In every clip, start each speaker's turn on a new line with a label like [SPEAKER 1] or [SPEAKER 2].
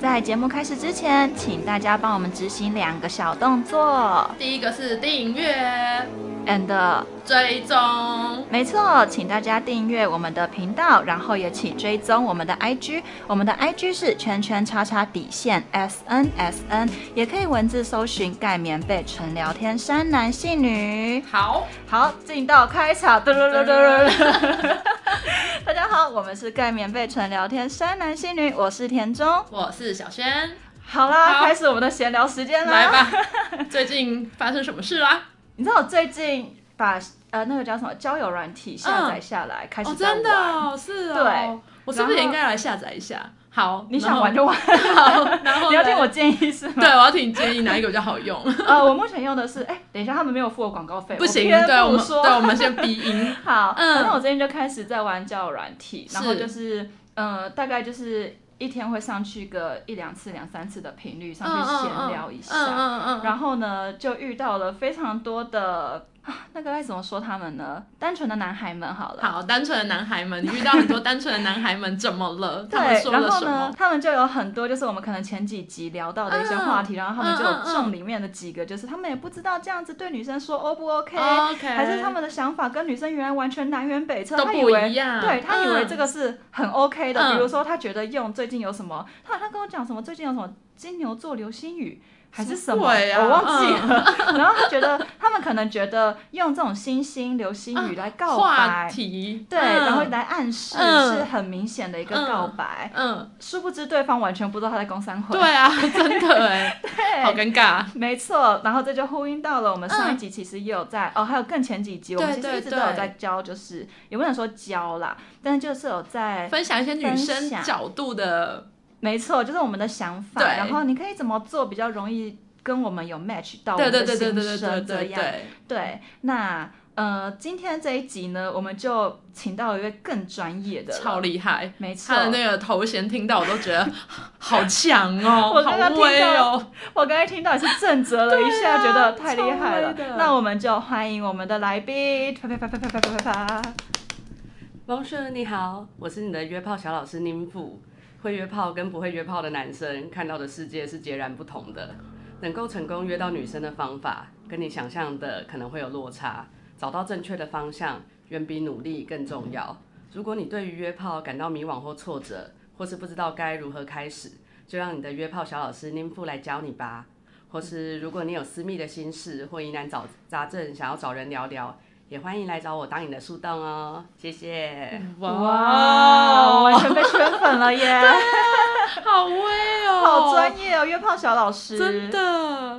[SPEAKER 1] 在节目开始之前，请大家帮我们执行两个小动作
[SPEAKER 2] 第一个是订阅、
[SPEAKER 1] ，and
[SPEAKER 2] 追踪，
[SPEAKER 1] 没错，请大家订阅我们的频道，然后也请追踪我们的 IG，我们的 IG 是圈圈叉叉底线 S N S N，也可以文字搜寻盖棉被纯聊天山男性女。
[SPEAKER 2] 好，
[SPEAKER 1] 好，进到开场，嘟噜噜噜噜。 大家好，我们是盖棉被纯聊天山男性女，我是田中。
[SPEAKER 2] 我是小轩，
[SPEAKER 1] 好啦，
[SPEAKER 2] 好
[SPEAKER 1] 开始我们的闲聊时间啦。
[SPEAKER 2] 来，吧， 最近发生什么事啦？
[SPEAKER 1] 你知道我最近把呃那个叫什么交友软体下载下来，开始
[SPEAKER 2] 哦，
[SPEAKER 1] 在玩
[SPEAKER 2] 真的、哦，是哦，
[SPEAKER 1] 对
[SPEAKER 2] 我是不是
[SPEAKER 1] 然后
[SPEAKER 2] 也应该来下载一下？好，
[SPEAKER 1] 你想玩就玩，
[SPEAKER 2] 然 后好，然后
[SPEAKER 1] 你要听
[SPEAKER 2] 嘞
[SPEAKER 1] 我建议是吗？
[SPEAKER 2] 对，我要听你建议哪一个比较好 用？
[SPEAKER 1] 呃，我目前用的是，哎、等一下，他们没有付我广告费，
[SPEAKER 2] 不行，
[SPEAKER 1] 我
[SPEAKER 2] 对我
[SPEAKER 1] 我
[SPEAKER 2] 们，
[SPEAKER 1] 说
[SPEAKER 2] 对啊我们先鼻音。
[SPEAKER 1] 好，
[SPEAKER 2] 嗯
[SPEAKER 1] 反正我最近就开始在玩交友软体，然后
[SPEAKER 2] 是
[SPEAKER 1] 就是，呃，大概就是一天会上去个一两次、两三次的频率 上去闲聊一下，
[SPEAKER 2] 嗯嗯嗯，
[SPEAKER 1] 然后呢，就遇到了非常多的啊，那个该怎么说他们呢？单纯的男孩们好了。
[SPEAKER 2] 嗯好，单纯的男孩们，你遇到很多单纯的男孩们，怎么了？他们
[SPEAKER 1] 对，
[SPEAKER 2] 说
[SPEAKER 1] 然
[SPEAKER 2] 了
[SPEAKER 1] 后
[SPEAKER 2] 什
[SPEAKER 1] 呢
[SPEAKER 2] 么？，
[SPEAKER 1] 他们就有很多就是我们可能前几集聊到的一些话题，然后他们就
[SPEAKER 2] 嗯嗯嗯
[SPEAKER 1] 有中里面的几个，就是他们也不知道这样子对女生说 O 不 OK，
[SPEAKER 2] 哦 OK，
[SPEAKER 1] 还是他们的想法跟女生原来完全南辕北辙，
[SPEAKER 2] 都
[SPEAKER 1] 他以
[SPEAKER 2] 不
[SPEAKER 1] 为
[SPEAKER 2] 一样。
[SPEAKER 1] 对他以为这
[SPEAKER 2] 个
[SPEAKER 1] 个是很 OK 的，
[SPEAKER 2] 嗯
[SPEAKER 1] 比如说他觉得用最近有什么，他好像跟我讲什么最近有什么金牛座流星雨。还是什么？
[SPEAKER 2] 鬼啊
[SPEAKER 1] 我忘记了。 然后他觉得，他们可能觉得用这种星星、流星雨来告白，
[SPEAKER 2] 嗯话题，
[SPEAKER 1] 对，
[SPEAKER 2] 嗯
[SPEAKER 1] 然后来暗示
[SPEAKER 2] 嗯
[SPEAKER 1] 是很明显的一个
[SPEAKER 2] 嗯
[SPEAKER 1] 告白。
[SPEAKER 2] 嗯，
[SPEAKER 1] 殊不知对方完全不知道他在攻三回。
[SPEAKER 2] 对 啊，真的哎，
[SPEAKER 1] 对
[SPEAKER 2] 好尴尬。
[SPEAKER 1] 没错，然后这就呼应到了我们上一
[SPEAKER 2] 嗯
[SPEAKER 1] 集其实也有在、哦，还有更前几集我们其
[SPEAKER 2] 对
[SPEAKER 1] 实
[SPEAKER 2] 对
[SPEAKER 1] 一直都有
[SPEAKER 2] 对
[SPEAKER 1] 在教，就是也不能说教啦，但是就是有在
[SPEAKER 2] 分享一些女
[SPEAKER 1] 分
[SPEAKER 2] 生
[SPEAKER 1] 享
[SPEAKER 2] 角度的，
[SPEAKER 1] 没错，就是我们的想法，
[SPEAKER 2] 对
[SPEAKER 1] 然后你可以怎么做比较容易跟我们有 match 到我
[SPEAKER 2] 对
[SPEAKER 1] 们
[SPEAKER 2] 对
[SPEAKER 1] 的
[SPEAKER 2] 对
[SPEAKER 1] 心声
[SPEAKER 2] 对对对对
[SPEAKER 1] 这
[SPEAKER 2] 对
[SPEAKER 1] 样
[SPEAKER 2] 对，
[SPEAKER 1] 对，那呃今天这一集呢，我们就请到一位更专业的了，
[SPEAKER 2] 超厉害。
[SPEAKER 1] 没错
[SPEAKER 2] 他，的那个头衔听到我都觉得好强哦，
[SPEAKER 1] 我
[SPEAKER 2] 好
[SPEAKER 1] 刚刚听到
[SPEAKER 2] 威哦，
[SPEAKER 1] 我刚才听到也是震折了一下，觉得太厉害了
[SPEAKER 2] 超威的。
[SPEAKER 1] 那我们就欢迎我们的来宾，啪啪啪啪啪啪啪啪啪。
[SPEAKER 3] 王生你好，我是你的约炮小老师宁甫。会约炮跟不会约炮的男生看到的世界是截然不同的。能够成功约到女生的方法，跟你想象的可能会有落差。找到正确的方向，远比努力更重要。如果你对于约炮感到迷惘或挫折，或是不知道该如何开始，就让你的约炮小老师宁甫来教你吧。或是如果你有私密的心事或疑难找杂症，想要找人聊聊，也欢迎来找我当你的树洞哦。谢谢。
[SPEAKER 2] 嗯
[SPEAKER 1] 哦
[SPEAKER 2] 哦
[SPEAKER 1] 哇，
[SPEAKER 2] 哇
[SPEAKER 3] 哦
[SPEAKER 1] 完全被圈粉了耶！
[SPEAKER 2] 好威哦，
[SPEAKER 1] 好专业嗯哦，约炮小老师。
[SPEAKER 2] 真，的。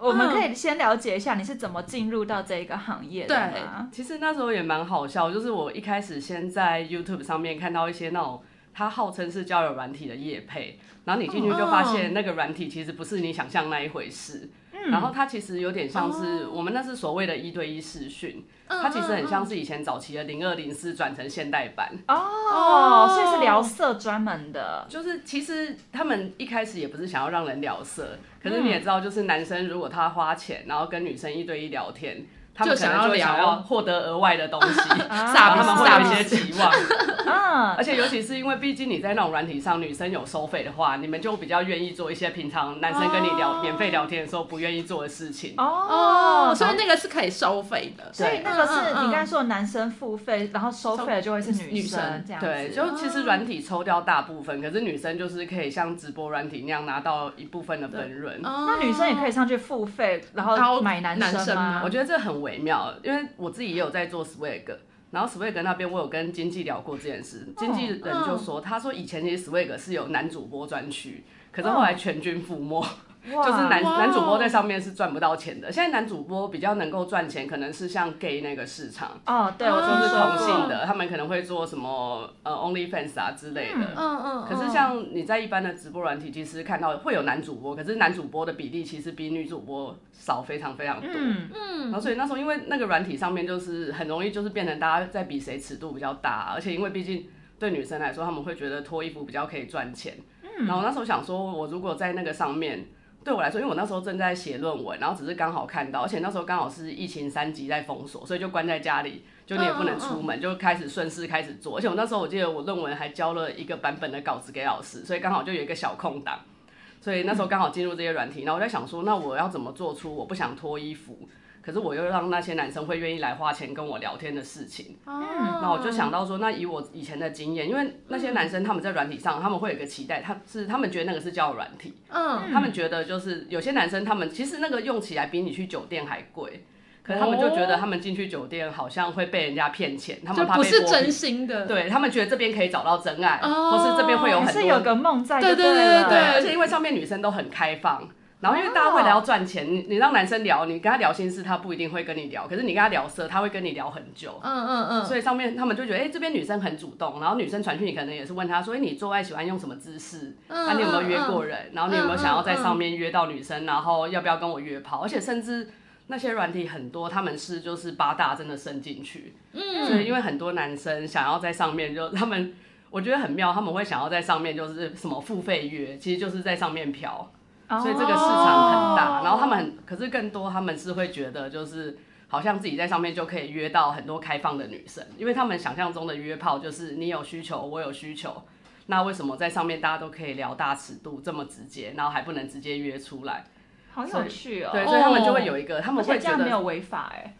[SPEAKER 1] 我们可以先了解一下你是怎么进入到这一个行业的吗？
[SPEAKER 3] 其实那时候也蛮好笑，就是我一开始先在 YouTube 上面看到一些那种它号称是交友软体的业配，然后你进去就发现那个软体其实不是你想象那一回事，然后它其实有点像是、我们那是所谓的一对一视讯，
[SPEAKER 1] 嗯
[SPEAKER 3] 它其实很像是以前早期的零二零四转成现代版。
[SPEAKER 1] 哦，
[SPEAKER 2] 哦
[SPEAKER 1] 所以是聊色专门 的。
[SPEAKER 3] 就是其实他们一开始也不是想要让人聊色，可是你也知道，就是男生如果他花钱，然后跟女生一对一聊天，他们
[SPEAKER 2] 就
[SPEAKER 3] 可能
[SPEAKER 2] 想要
[SPEAKER 3] 就会想
[SPEAKER 2] 聊
[SPEAKER 3] 要获得额外的东 西，
[SPEAKER 1] 啊
[SPEAKER 3] 然后他们会有一些
[SPEAKER 2] 傻
[SPEAKER 3] 期望。
[SPEAKER 1] 嗯
[SPEAKER 3] 而且尤其是因为，毕竟你在那种软体上，女生有收费的话，你们就比较愿意做一些平常男生跟你聊、
[SPEAKER 2] 哦
[SPEAKER 3] 免费聊天的时候不愿意做的事情。
[SPEAKER 1] 哦
[SPEAKER 2] 哦，，所以那个是可以收费的，
[SPEAKER 1] 所以那个是
[SPEAKER 2] 嗯嗯嗯
[SPEAKER 1] 你刚才说的男生付费，然后收费的就会是女
[SPEAKER 2] 女生
[SPEAKER 1] 这样子。
[SPEAKER 3] 对，就其实软体抽掉大部分，可是女生就是可以像直播软体那样拿到一部分的分润。
[SPEAKER 2] 那
[SPEAKER 1] 那女生也可以上去付费，然后买男
[SPEAKER 2] 男
[SPEAKER 1] 生
[SPEAKER 2] 生
[SPEAKER 1] 吗
[SPEAKER 2] 吗？
[SPEAKER 3] 我觉得这很微妙，因为我自己也有在做 swag，然后 swag 那边我有跟经纪聊过这件事，
[SPEAKER 1] 哦
[SPEAKER 3] 经纪人就说，他说以前其实 swag 是有男主播专区，可
[SPEAKER 1] 哦
[SPEAKER 3] 是后来全军覆没，
[SPEAKER 1] 哇
[SPEAKER 3] 就是男
[SPEAKER 2] 哇
[SPEAKER 3] 男主播在上面是赚不到钱的。现在男主播比较能够赚钱，可能是像 gay 那个市场。
[SPEAKER 1] 哦，对，我
[SPEAKER 3] 就
[SPEAKER 1] 听
[SPEAKER 3] 是
[SPEAKER 1] 说
[SPEAKER 3] 同性
[SPEAKER 1] 过。
[SPEAKER 3] 的，他们可能会做什么呃 OnlyFans 啊之类的。
[SPEAKER 2] 嗯嗯，
[SPEAKER 3] 可是像你在一般的直播软体，其实看到会有男主播，可是男主播的比例其实比女主播少非常非常多。
[SPEAKER 1] 嗯，
[SPEAKER 3] 然后所以那时候因为那个软体上面就是很容易就是变成大家在比谁尺度比较大，啊而且因为毕竟对女生来说，她们会觉得脱衣服比较可以赚钱。然后我那时候想说，我如果在那个上面。对我来说，因为我那时候正在写论文，然后只是刚好看到，而且那时候刚好是疫情三级在封锁，所以就关在家里，就你也不能出门，就开始顺势开始做。而且我那时候我记得我论文还交了一个版本的稿子给老师，所以刚好就有一个小空档。所以那时候刚好进入这些软体，然后我在想说，那我要怎么做出我不想脱衣服，可是我又让那些男生会愿意来花钱跟我聊天的事情。
[SPEAKER 2] 嗯
[SPEAKER 3] 那我就想到说，那以我以前的经验，因为那些男生他们在软体上，他们会有一个期待，他是他们觉得那个是叫软体，
[SPEAKER 2] 嗯，
[SPEAKER 3] 他们觉得就是有些男生他们其实那个用起来比你去酒店还贵，可是他们就觉得他们进去酒店好像会被人家骗钱，他
[SPEAKER 2] 哦就
[SPEAKER 3] 们怕
[SPEAKER 2] 不
[SPEAKER 3] 被
[SPEAKER 2] 是
[SPEAKER 3] 剥
[SPEAKER 2] 真
[SPEAKER 3] 皮
[SPEAKER 2] 心的，
[SPEAKER 3] 对他们觉得这边可以找到真爱，
[SPEAKER 2] 哦
[SPEAKER 3] 或是这边会有
[SPEAKER 1] 还
[SPEAKER 3] 很
[SPEAKER 1] 是
[SPEAKER 3] 多
[SPEAKER 1] 有个梦在就
[SPEAKER 2] 对对对
[SPEAKER 1] 了，
[SPEAKER 2] 对对哦
[SPEAKER 3] 而且因为上面女生都很开放，然后因为大家会聊赚钱，你你让男生聊，你跟他聊心事，他不一定会跟你聊，可是你跟他聊色，他会跟你聊很久。
[SPEAKER 2] 嗯嗯嗯，
[SPEAKER 3] 所以上面他们就觉得，哎、这边女生很主动，然后女生传讯你可能也是问她说，哎、你做爱喜欢用什么姿势？
[SPEAKER 2] 嗯
[SPEAKER 3] 啊，你有没有
[SPEAKER 2] 嗯
[SPEAKER 3] 约
[SPEAKER 2] 嗯
[SPEAKER 3] 过人？然后你有没有
[SPEAKER 2] 嗯
[SPEAKER 3] 想要在
[SPEAKER 2] 嗯
[SPEAKER 3] 上面约到女生？然后要不要跟我约炮？而且甚至那些软体很多，他们是就是八大真的伸进去，嗯，所以因为很多男生想要在上面就他们。我觉得很妙，他们会想要在上面就是什么付费约，其实就是在上面嫖。
[SPEAKER 1] 哦
[SPEAKER 3] 所以这个市场很大。然后他们很，可是更多他们是会觉得就是好像自己在上面就可以约到很多开放的女生，因为他们想象中的约炮就是你有需求，我有需求。那为什么在上面大家都可以聊大尺度这么直接，然后还不能直接约出来？
[SPEAKER 1] 好有趣哦，
[SPEAKER 3] 对，所以他们就会有一个，他
[SPEAKER 1] 而
[SPEAKER 3] 们
[SPEAKER 1] 且
[SPEAKER 3] 会
[SPEAKER 1] 这
[SPEAKER 3] 觉
[SPEAKER 1] 样没
[SPEAKER 3] 得
[SPEAKER 1] 有违法哎，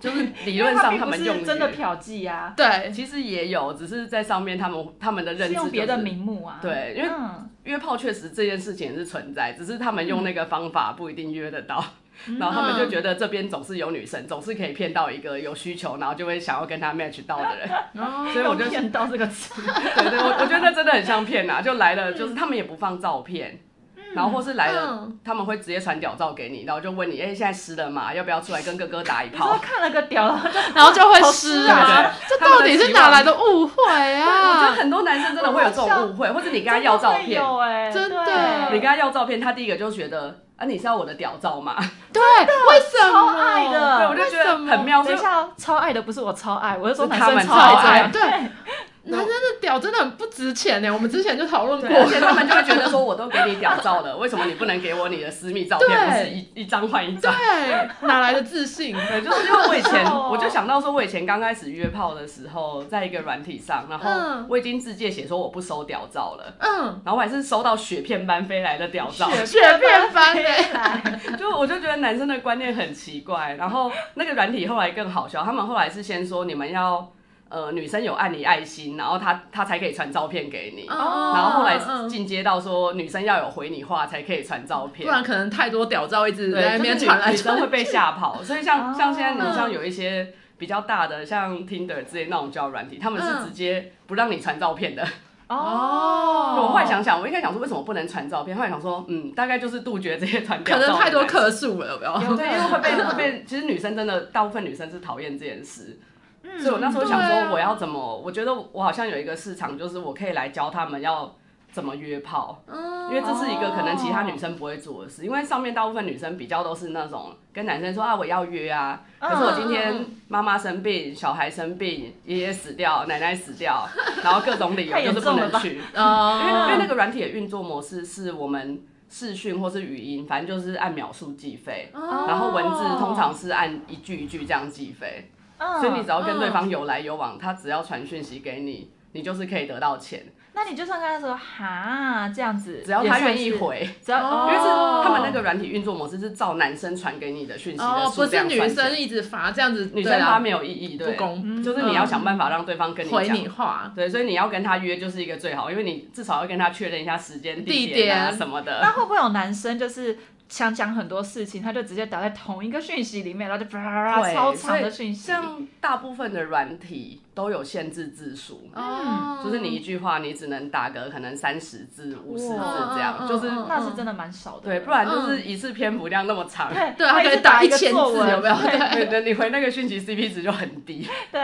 [SPEAKER 3] 就是理
[SPEAKER 1] 因为
[SPEAKER 3] 论
[SPEAKER 1] 它
[SPEAKER 3] 上
[SPEAKER 1] 并
[SPEAKER 3] 他
[SPEAKER 1] 不
[SPEAKER 3] 们用
[SPEAKER 1] 是真的
[SPEAKER 3] 语
[SPEAKER 1] 嫖妓啊，
[SPEAKER 2] 对，
[SPEAKER 3] 其实也有，只是在上面他们他们的认
[SPEAKER 1] 是
[SPEAKER 3] 知、就是
[SPEAKER 1] 用别的名目啊，
[SPEAKER 3] 对因为
[SPEAKER 1] 嗯
[SPEAKER 3] 约炮确实这件事情也是存在，只是他们用那个方法不一定约得到，
[SPEAKER 1] 嗯
[SPEAKER 3] 然后他们就觉得这边总是有女生，总是可以骗到一个有需求，然后就会想要跟他 match 到 的人。
[SPEAKER 2] 哦
[SPEAKER 3] 所以我就
[SPEAKER 1] 用骗到 这个词，
[SPEAKER 3] 对对，我我觉得那真的很像骗啊，就来了就是他们也不放照片。然后或是来了，
[SPEAKER 2] 嗯
[SPEAKER 3] 他们会直接传屌照给你，然后就问你，哎、现在湿了吗？要不要出来跟哥哥打一
[SPEAKER 1] 你说
[SPEAKER 3] 炮？
[SPEAKER 1] 看了个屌， 然后就
[SPEAKER 2] 然后就会
[SPEAKER 1] 好
[SPEAKER 2] 湿
[SPEAKER 1] 湿
[SPEAKER 2] 啊
[SPEAKER 1] 啊，
[SPEAKER 2] 这到底是哪来的误会
[SPEAKER 3] 我觉得
[SPEAKER 2] 啊？
[SPEAKER 3] 很多男生真的会有这种误会，或者你跟他要照
[SPEAKER 1] 真的
[SPEAKER 3] 片，
[SPEAKER 1] 会有哎，
[SPEAKER 2] 真的
[SPEAKER 1] 对
[SPEAKER 3] 你跟他要照片，他第一个就觉得，啊，你是要我的屌照吗？
[SPEAKER 2] 对，为什么？
[SPEAKER 1] 超爱
[SPEAKER 2] 啊
[SPEAKER 1] 的
[SPEAKER 3] 对，我就觉得很妙，所
[SPEAKER 1] 等
[SPEAKER 3] 以
[SPEAKER 1] 一下哦，超爱的不是我超爱，我是说
[SPEAKER 3] 是
[SPEAKER 1] 男
[SPEAKER 3] 他
[SPEAKER 1] 生
[SPEAKER 3] 们
[SPEAKER 1] 超
[SPEAKER 3] 超
[SPEAKER 1] 爱
[SPEAKER 3] 爱
[SPEAKER 1] 这
[SPEAKER 2] 对
[SPEAKER 1] 样，
[SPEAKER 2] 男生的屌真的很不值钱欸呢，我们之前就讨论过
[SPEAKER 3] 对，。而且他们就会觉得说，我都给你屌照了， 为什么你不能给我你的私密照片？
[SPEAKER 2] 对
[SPEAKER 3] 不是一一张换一张？
[SPEAKER 2] 对，哪来的自信？
[SPEAKER 3] 对，就是因为我以前，
[SPEAKER 1] 哦
[SPEAKER 3] 我就想到说，我以前刚开始约炮的时候，在一个软体上，然后
[SPEAKER 2] 嗯
[SPEAKER 3] 我已经自介写说我不收屌照了，
[SPEAKER 2] 嗯，
[SPEAKER 3] 然后我还是收到雪片般飞来的屌照，
[SPEAKER 2] 雪片翻欸呢？
[SPEAKER 3] 就我就觉得男生的观念很奇怪。然后那个软体后来更好笑，他们后来是先说你们要呃女生有按你爱心，然后他他才可以传照片给你，
[SPEAKER 2] 哦
[SPEAKER 3] 然后后来
[SPEAKER 2] 嗯嗯
[SPEAKER 3] 进阶到说女生要有回你话才可以传照片，
[SPEAKER 2] 不然可能太多屌照一直
[SPEAKER 3] 对，
[SPEAKER 2] 在那边
[SPEAKER 3] 就是
[SPEAKER 2] 传来
[SPEAKER 3] 女生
[SPEAKER 2] 传
[SPEAKER 3] 会被吓跑。所以像
[SPEAKER 1] 哦
[SPEAKER 3] 像现在你像有一些比较大的，像 Tinder 之类那种交友软体，他们
[SPEAKER 2] 嗯
[SPEAKER 3] 是直接不让你传照片的。
[SPEAKER 1] 哦，
[SPEAKER 3] 我后来想想，我一开始想说为什么不能传照片，后来想说，嗯，大概就是杜绝这些传
[SPEAKER 2] 可
[SPEAKER 3] 屌照的
[SPEAKER 2] 能太多
[SPEAKER 3] 男生。
[SPEAKER 2] 克数了，有没有？
[SPEAKER 3] 对，因为会被
[SPEAKER 2] 嗯
[SPEAKER 3] 会被，其实女生真的大部分女生是讨厌这件事，所以我那时候想
[SPEAKER 2] 对啊
[SPEAKER 3] 说我要怎么，我觉得我好像有一个市场，就是我可以来教他们要怎么约炮，
[SPEAKER 2] 嗯
[SPEAKER 3] 因为这是一个可能其他女生不会做的
[SPEAKER 2] 哦
[SPEAKER 3] 事，因为上面大部分女生比较都是那种跟男生说啊我要约啊，
[SPEAKER 2] 嗯
[SPEAKER 3] 可是我今天妈妈生病、小孩生病、爷爷死 掉、奶奶死掉，然后各种理由
[SPEAKER 1] 太严
[SPEAKER 3] 就是不
[SPEAKER 1] 重了
[SPEAKER 3] 能
[SPEAKER 1] 吧
[SPEAKER 3] 去，因为
[SPEAKER 2] 哦，
[SPEAKER 3] 因为那个软体的运作模式是我们视讯或是语音，反正就是按秒数计费，
[SPEAKER 2] 哦
[SPEAKER 3] 然后文字通常是按一句一句这样计费，
[SPEAKER 1] 嗯，
[SPEAKER 3] 所以你只要跟对方有来有往，他只要传讯息给你，你就是可以得到钱，
[SPEAKER 1] 那你就算跟他说哈这样子，
[SPEAKER 3] 只要他愿意，回。
[SPEAKER 1] 只要
[SPEAKER 2] 哦
[SPEAKER 3] 因为是
[SPEAKER 2] 哦
[SPEAKER 3] 他们那个软体运作模式是照男生传给你的讯息的
[SPEAKER 2] 哦，
[SPEAKER 3] 数
[SPEAKER 2] 不是
[SPEAKER 3] 量
[SPEAKER 2] 女
[SPEAKER 3] 算
[SPEAKER 2] 生
[SPEAKER 3] 钱，
[SPEAKER 2] 一直发这样子，
[SPEAKER 3] 女
[SPEAKER 2] 对
[SPEAKER 3] 生
[SPEAKER 2] 啊
[SPEAKER 3] 他没有意义，对
[SPEAKER 2] 不，公，
[SPEAKER 3] 就是你要想办法让对方跟你
[SPEAKER 2] 回
[SPEAKER 3] 讲。
[SPEAKER 2] 你话。
[SPEAKER 3] 对，所以你要跟他约就是一个最好，因为你至少要跟他确认一下时间、地
[SPEAKER 2] 地
[SPEAKER 3] 点啊
[SPEAKER 2] 点
[SPEAKER 3] 什么的。
[SPEAKER 1] 那会不会有男生就是？想讲很多事情，他就直接打在同一个讯息里面，然后就啪啪啪
[SPEAKER 3] 对
[SPEAKER 1] 超长的
[SPEAKER 3] 所
[SPEAKER 1] 讯
[SPEAKER 3] 以
[SPEAKER 1] 息，
[SPEAKER 3] 像大部分的软体都有限制字数。
[SPEAKER 2] 哦
[SPEAKER 3] 嗯就是你一句话，你只能打个可能三十字、五十字这
[SPEAKER 2] 嗯嗯嗯
[SPEAKER 3] 样，就是
[SPEAKER 2] 嗯
[SPEAKER 1] 那是真的蛮少的。
[SPEAKER 3] 对，不然就是一次篇幅量那么长，
[SPEAKER 1] 对
[SPEAKER 2] 对啊，他可
[SPEAKER 1] 一直
[SPEAKER 2] 能打
[SPEAKER 1] 一
[SPEAKER 2] 一
[SPEAKER 1] 个
[SPEAKER 2] 千字，
[SPEAKER 1] 作文
[SPEAKER 2] 有没有？
[SPEAKER 1] 对
[SPEAKER 2] 对，
[SPEAKER 3] 对对，你回那个讯息 CP 值就很低，
[SPEAKER 1] 对，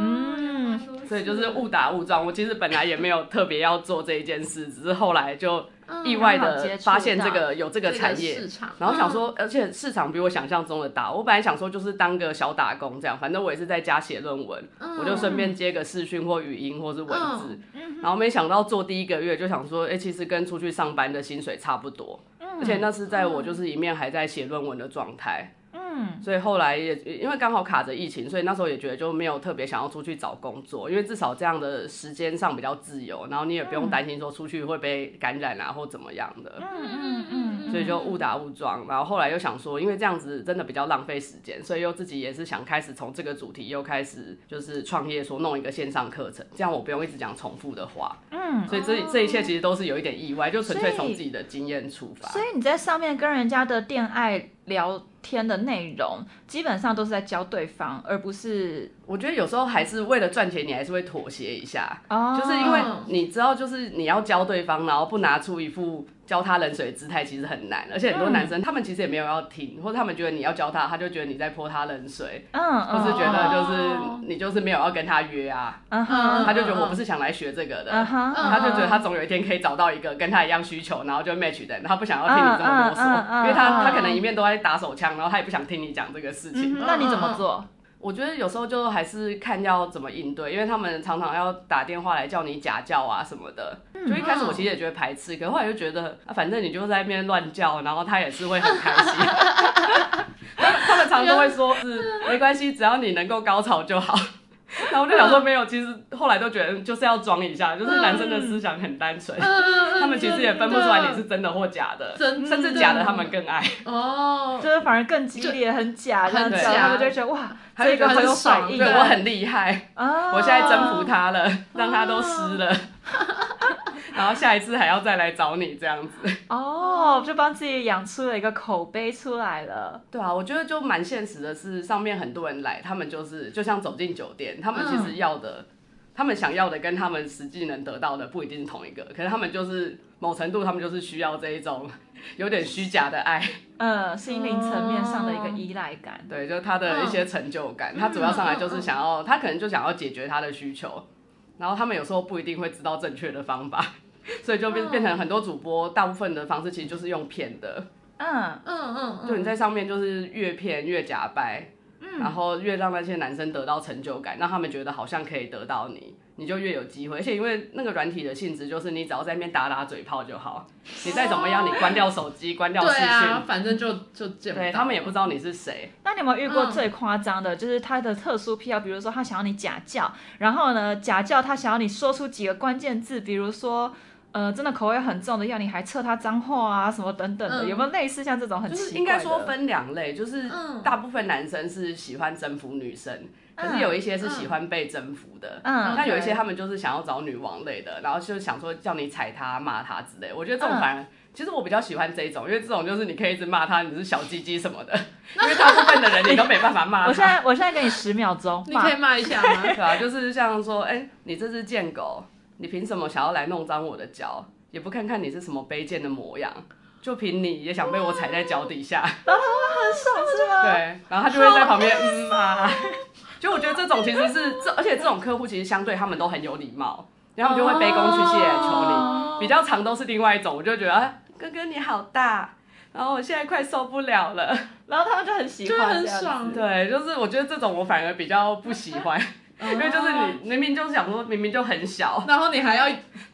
[SPEAKER 2] 嗯，
[SPEAKER 3] 所以就是误打误撞。我其实本来也没有特别要做这一件事，只是后来就意外
[SPEAKER 1] 刚好接
[SPEAKER 3] 的
[SPEAKER 1] 触
[SPEAKER 3] 发现
[SPEAKER 1] 到
[SPEAKER 3] 这个有这个产业
[SPEAKER 2] 这个，市场，
[SPEAKER 3] 然后想说，而且市场比我想象中的大。我本来想说就是当个小打工这样，反正我也是在家写论文，我就顺便接个视讯或语音或是文字。然后没想到做第一个月就想说，哎、其实跟出去上班的薪水差不多。而且那是在我就是一面还在写论文的状态，
[SPEAKER 1] 嗯，
[SPEAKER 3] 所以后来也因为刚好卡着疫情，所以那时候也觉得就没有特别想要出去找工作，因为至少这样的时间上比较自由，然后你也不用担心说出去会被感染啊或怎么样的，
[SPEAKER 1] 嗯嗯
[SPEAKER 3] 所以就误打误撞，然后后来又想说，因为这样子真的比较浪费时间，所以又自己也是想开始从这个主题又开始就是创业，说弄一个线上课程，这样我不用一直讲重复的话，
[SPEAKER 1] 嗯。
[SPEAKER 3] 所以这这一切其实都是有一点意外，就纯粹从自己的经验出发
[SPEAKER 1] 嗯所。以你在上面跟人家的恋爱聊天的内容，基本上都是在教对方，而不是
[SPEAKER 3] 我觉得有时候还是为了赚钱，你还是会妥协一下，
[SPEAKER 1] 哦，
[SPEAKER 3] 就是因为你知道，就是你要教对方，然后不拿出一副教他冷水的姿态，其实很难。而且很多男生他们其实也没有要听，或者他们觉得你要教他，他就觉得你在泼他冷水。
[SPEAKER 1] 嗯，
[SPEAKER 3] 或
[SPEAKER 1] 嗯，
[SPEAKER 3] 是觉得就是
[SPEAKER 2] 哦
[SPEAKER 3] 你就是没有要跟他约啊，
[SPEAKER 1] 嗯
[SPEAKER 2] 嗯
[SPEAKER 1] 哼，
[SPEAKER 3] 他就觉得我不是想来学这个的，
[SPEAKER 1] 嗯哼，
[SPEAKER 3] 他就觉得他总有一天可以找到一个跟他一样需求，然后就 match 的人，他不想要听你这么
[SPEAKER 1] 嗯嗯
[SPEAKER 3] 啰
[SPEAKER 1] 嗯
[SPEAKER 3] 嗦，因为他
[SPEAKER 1] 嗯
[SPEAKER 3] 他可能一面都在打手枪，然后他也不想听你讲这个事
[SPEAKER 1] 嗯
[SPEAKER 3] 情
[SPEAKER 1] 哼。那你怎么做？
[SPEAKER 3] 我觉得有时候就还是看要怎么应对，因为他们常常要打电话来叫你假叫啊什么的。
[SPEAKER 2] 嗯
[SPEAKER 3] 就一开始我其实也觉得排斥，可后来就觉得啊，反正你就在那边乱叫，然后他也是会很开 心。他们他们常常都会说是没关系，只要你能够高潮就 好。然后我就想说没有，其实后来都觉得嗯就是要装一下，就是男生的思想很单纯，
[SPEAKER 2] 嗯
[SPEAKER 3] 他们其实也分不出来你是真的或假的，
[SPEAKER 2] 真的
[SPEAKER 3] 甚至假的他们更爱。
[SPEAKER 2] 哦，
[SPEAKER 1] 就是反而更激烈，很假，这样
[SPEAKER 3] 很
[SPEAKER 1] 讲，
[SPEAKER 3] 假
[SPEAKER 1] 然后就会觉得哇，
[SPEAKER 3] 还
[SPEAKER 1] 这
[SPEAKER 3] 有一个
[SPEAKER 1] 个很有
[SPEAKER 2] 很爽
[SPEAKER 1] 反应
[SPEAKER 3] 对
[SPEAKER 1] 啊，
[SPEAKER 3] 我很厉害。
[SPEAKER 1] 啊，
[SPEAKER 3] 我现在征服他了， 让他都湿 了，然后下一次还要再来找你这样子。
[SPEAKER 1] 哦，就帮自己养出了一个口碑出来了，
[SPEAKER 3] 对啊，我觉得就蛮现实的是，上面很多人来，他们就是就像走进酒店，他们其实要的，他们想要的跟他们实际能得到的不一定是同一个，可是他们就是某程度，他们就是需要这一种 有点虚假的爱，
[SPEAKER 1] 嗯，心灵层面上的一个依赖感，
[SPEAKER 3] 对，就是他的
[SPEAKER 2] 嗯
[SPEAKER 3] 一些成就感。他主要上来就是想要，他可能就想要解决他的需求，然后他们有时候不一定会知道正确的方法。 所以就
[SPEAKER 2] 嗯
[SPEAKER 3] 变变成很多主播，大部分的方式其实就是用骗的，
[SPEAKER 1] 嗯
[SPEAKER 2] 嗯嗯嗯，
[SPEAKER 3] 就你在上面就是越骗越假掰，然后越让那些男生得到成就感，让他们觉得好像可以得到你，你就越有机会。而且因为那个软体的性质就是你只要在那边打打嘴炮就好，你再怎么样你关掉手机、关掉视
[SPEAKER 2] 对啊
[SPEAKER 3] 讯，，
[SPEAKER 2] 反正就就见不到
[SPEAKER 3] 对他们也不知道你是谁，
[SPEAKER 1] 那你有没有遇过最夸张的？就是他的特殊癖好，比如说他想要你假叫，然后呢，假叫他想要你说出几个关键字，比如说。呃，真的口味很重的，要你还测他脏话啊，什么等等的，
[SPEAKER 2] 嗯
[SPEAKER 1] 有没有类似像这种很
[SPEAKER 3] 就
[SPEAKER 1] 奇怪
[SPEAKER 3] 是
[SPEAKER 1] 的？
[SPEAKER 3] 应该说分两类，就是
[SPEAKER 2] 嗯
[SPEAKER 3] 大部分男生是喜欢征服女生，可是有一些是喜欢被征服的，
[SPEAKER 1] 嗯
[SPEAKER 3] 那有一
[SPEAKER 2] 嗯 OK
[SPEAKER 3] 些他们就是想要找女王类的，然后就想说叫你踩她、骂她之类。我觉得这
[SPEAKER 1] 嗯
[SPEAKER 3] 种反而，其实我比较喜欢这一种，因为这种就是你可以一直骂她，你是小鸡鸡什 么的，因为大部分的人你都没办法骂
[SPEAKER 1] 我
[SPEAKER 3] 她。
[SPEAKER 1] 现在我现在给你十秒钟，
[SPEAKER 2] 你可以骂一下 吗？
[SPEAKER 3] 对啊，就是像说，哎、你这只贱狗，你凭什么想要来弄脏我的脚？也不看看你是什么卑贱的模样，就凭你也想被我踩在脚底下？
[SPEAKER 1] 很爽是吗？
[SPEAKER 3] 对，然后他就会在旁边嗯啊。就我觉得这种其实是这，而且这种客户其实相对他们都很有礼貌，然后他们就会卑躬屈膝地求
[SPEAKER 2] 哦
[SPEAKER 3] 你。比较长都是另外一种，我就觉得、啊、哥哥你好大，然后我现在快受不了了。
[SPEAKER 1] 然后他们就很喜
[SPEAKER 2] 就
[SPEAKER 1] 欢，
[SPEAKER 2] 很。爽，啊
[SPEAKER 3] 对，就是我觉得这种我反而比较不喜欢， 因为就是你明明就想说明明就很小，
[SPEAKER 2] 然后你还要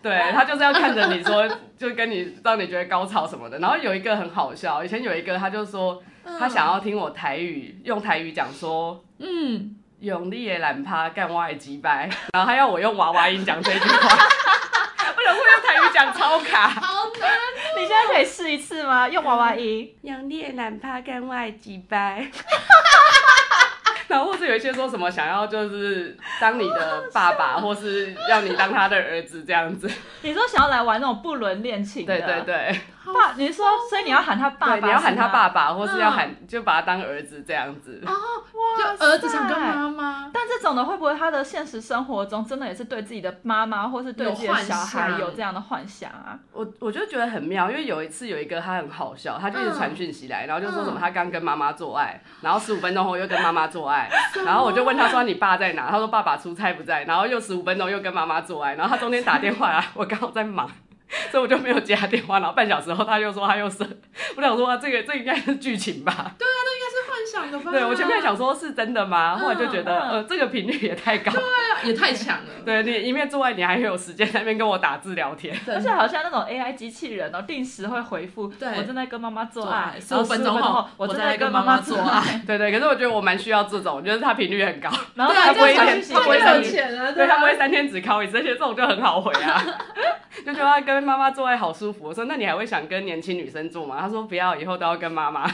[SPEAKER 3] 对他就是要看着你说， 就跟你让你觉得高潮什么的。然后有一个很好笑，以前有一个他就说他想要听我台语，用台语讲说。
[SPEAKER 2] 嗯，
[SPEAKER 3] 用力的懒趴干我的鸡掰， 然后他要我用娃娃音讲这句话， 我想说用台语讲超卡。
[SPEAKER 2] 好难，
[SPEAKER 1] 你现在可以试一次吗？用娃娃音，
[SPEAKER 3] 用力的懒趴干我的鸡掰。 然后或是有一些说什么想要就是当你的爸爸，或是要你当他的儿子这样子。
[SPEAKER 1] 你说想要来玩那种不伦恋情的，
[SPEAKER 3] 对对对，
[SPEAKER 1] 爸，你说，所以你要喊他爸爸，
[SPEAKER 3] 对你要喊他爸
[SPEAKER 1] 爸，
[SPEAKER 3] 爸，或是要喊就把他当儿子这样子。
[SPEAKER 2] 哦
[SPEAKER 1] 哇
[SPEAKER 2] 就儿子想跟
[SPEAKER 1] 塞
[SPEAKER 2] 妈妈，
[SPEAKER 1] 但这种的会不会他的现实生活中真的也是对自己的妈妈或是对自己的小孩
[SPEAKER 2] 有幻想
[SPEAKER 1] 有这样的幻想啊？
[SPEAKER 3] 我我就觉得很妙，因为有一次有一个他很好笑，他就一直传讯息来，然后就说什么他刚跟妈妈做爱，然后十五分钟后又跟妈妈做爱，然后我就问他说你爸在哪？他说爸爸出差不在，然后又十五分钟又跟妈妈做爱，然后他中间打电话来，我刚好在忙。所以我就没有接他电话，然后半小时后他又说他又生，我想说、啊、这个这应该是剧情吧？
[SPEAKER 2] 但是幻幻想的吧？
[SPEAKER 3] 对我前面想说是真的吗？
[SPEAKER 2] 啊嗯
[SPEAKER 3] 后来就觉得呃这个频率也太高，
[SPEAKER 2] 对啊，也太强了。
[SPEAKER 3] 对你一面做爱你还有时间在那边跟我打字聊天，
[SPEAKER 1] 而且好像那种 AI 机器人哦，定时会回复，
[SPEAKER 2] 对
[SPEAKER 1] 我正在跟妈妈做
[SPEAKER 2] 做
[SPEAKER 1] 爱
[SPEAKER 2] 爱，
[SPEAKER 1] 然后
[SPEAKER 2] 15分
[SPEAKER 1] 钟
[SPEAKER 2] 钟后
[SPEAKER 1] 我
[SPEAKER 2] 我
[SPEAKER 1] 正
[SPEAKER 2] 再来
[SPEAKER 1] 跟
[SPEAKER 2] 跟妈
[SPEAKER 1] 妈
[SPEAKER 2] 妈做
[SPEAKER 1] 爱，
[SPEAKER 3] 对对，可是我觉得我蛮需要这种，就是它频率很 高，
[SPEAKER 1] 然后
[SPEAKER 2] 对啊，
[SPEAKER 1] 他不会
[SPEAKER 2] 这样才
[SPEAKER 1] 练习，
[SPEAKER 2] 他
[SPEAKER 1] 不会
[SPEAKER 2] 会
[SPEAKER 1] 练
[SPEAKER 2] 有
[SPEAKER 1] 习。
[SPEAKER 2] 钱啊，对
[SPEAKER 3] 对，他
[SPEAKER 2] 啊
[SPEAKER 3] 不会三天只敲一次，而且这种就很好回啊， 就觉得他跟妈妈做爱好舒服。我说那你还会想跟年轻女生做吗？他说不要，以后都要跟妈妈。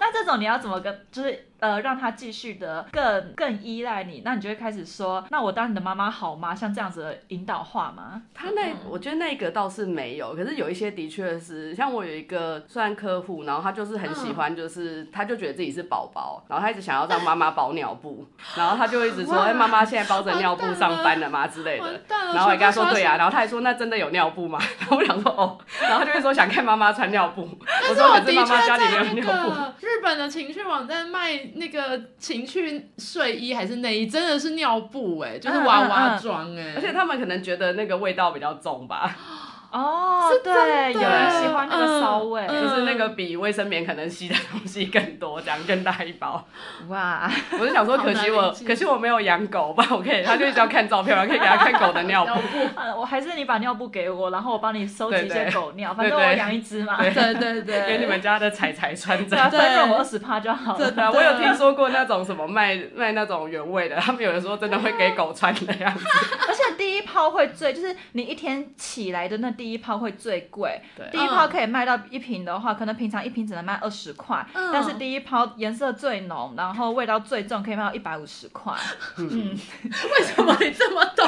[SPEAKER 1] 那这种你要怎么跟，就是呃，让他继续的更更依赖你？那你就会开始说，那我当你的妈妈好吗？像这样子的引导话吗？
[SPEAKER 3] 他那，我觉得那个倒是没有，可是有一些的确是，像我有一个算客户，然后他就是很喜欢，就是、他就觉得自己是宝宝，然后他一直想要让妈妈包尿布，然后他就一直 说，
[SPEAKER 2] 哇
[SPEAKER 3] 哎、妈妈现在包着尿布
[SPEAKER 2] 完蛋
[SPEAKER 3] 上班了吗之类的
[SPEAKER 2] 完。蛋了
[SPEAKER 3] 然后我也 跟他说
[SPEAKER 2] 全部都
[SPEAKER 3] 对啊，然后他还说那真的有尿布吗？然后我想说哦，然后他就会说想看妈妈穿尿布， 我
[SPEAKER 2] 但是
[SPEAKER 3] 说
[SPEAKER 2] 我的
[SPEAKER 3] 可是
[SPEAKER 2] 确
[SPEAKER 3] 妈妈家里没有
[SPEAKER 2] 在那
[SPEAKER 3] 尿布，
[SPEAKER 2] 个日本的情趣网站卖那个情趣睡衣还是内衣，真的是尿布哎、就是娃
[SPEAKER 1] 嗯
[SPEAKER 2] 娃装哎、
[SPEAKER 3] 而且他们可能觉得那个味道比较重吧，
[SPEAKER 1] 哦，
[SPEAKER 2] 是真
[SPEAKER 1] 对，
[SPEAKER 2] 的
[SPEAKER 1] 有人喜欢那个骚味，
[SPEAKER 2] 嗯
[SPEAKER 3] 就是那个比卫生棉可能吸的东西更多，这样更大一包。
[SPEAKER 1] 哇，
[SPEAKER 3] 我就想说，
[SPEAKER 2] 好
[SPEAKER 3] 可
[SPEAKER 2] 难
[SPEAKER 3] 惜我
[SPEAKER 2] 理解
[SPEAKER 3] 可惜我没有养狗，不然我可以，他就一直要看照片，我可以给他看狗的尿
[SPEAKER 2] 尿
[SPEAKER 3] 布。
[SPEAKER 2] 布。
[SPEAKER 1] 啊我还是你把尿布给我，然后我帮你收集一些
[SPEAKER 3] 对对
[SPEAKER 1] 狗 尿，反
[SPEAKER 3] 对对
[SPEAKER 1] 正我养一只嘛，
[SPEAKER 3] 对
[SPEAKER 2] 对对对，
[SPEAKER 3] 给你们家的彩彩穿着
[SPEAKER 1] 对。啊，
[SPEAKER 2] 对
[SPEAKER 1] 分润我二十趴就好了
[SPEAKER 2] 对。
[SPEAKER 3] 对啊，我有听说过那种什么卖卖那种原味的，他们有人说真的会给狗穿的样子。
[SPEAKER 1] 而且第一泡会最，就是你一天起来的那第一泡会最贵。
[SPEAKER 3] 对
[SPEAKER 1] 第一泡可以卖到一瓶的话，可能平常一瓶只能卖二十块，
[SPEAKER 2] 嗯
[SPEAKER 1] 但是第一泡颜色最浓，然后味道最重，可以卖到一百五十 块。嗯
[SPEAKER 2] 为什么你这么懂？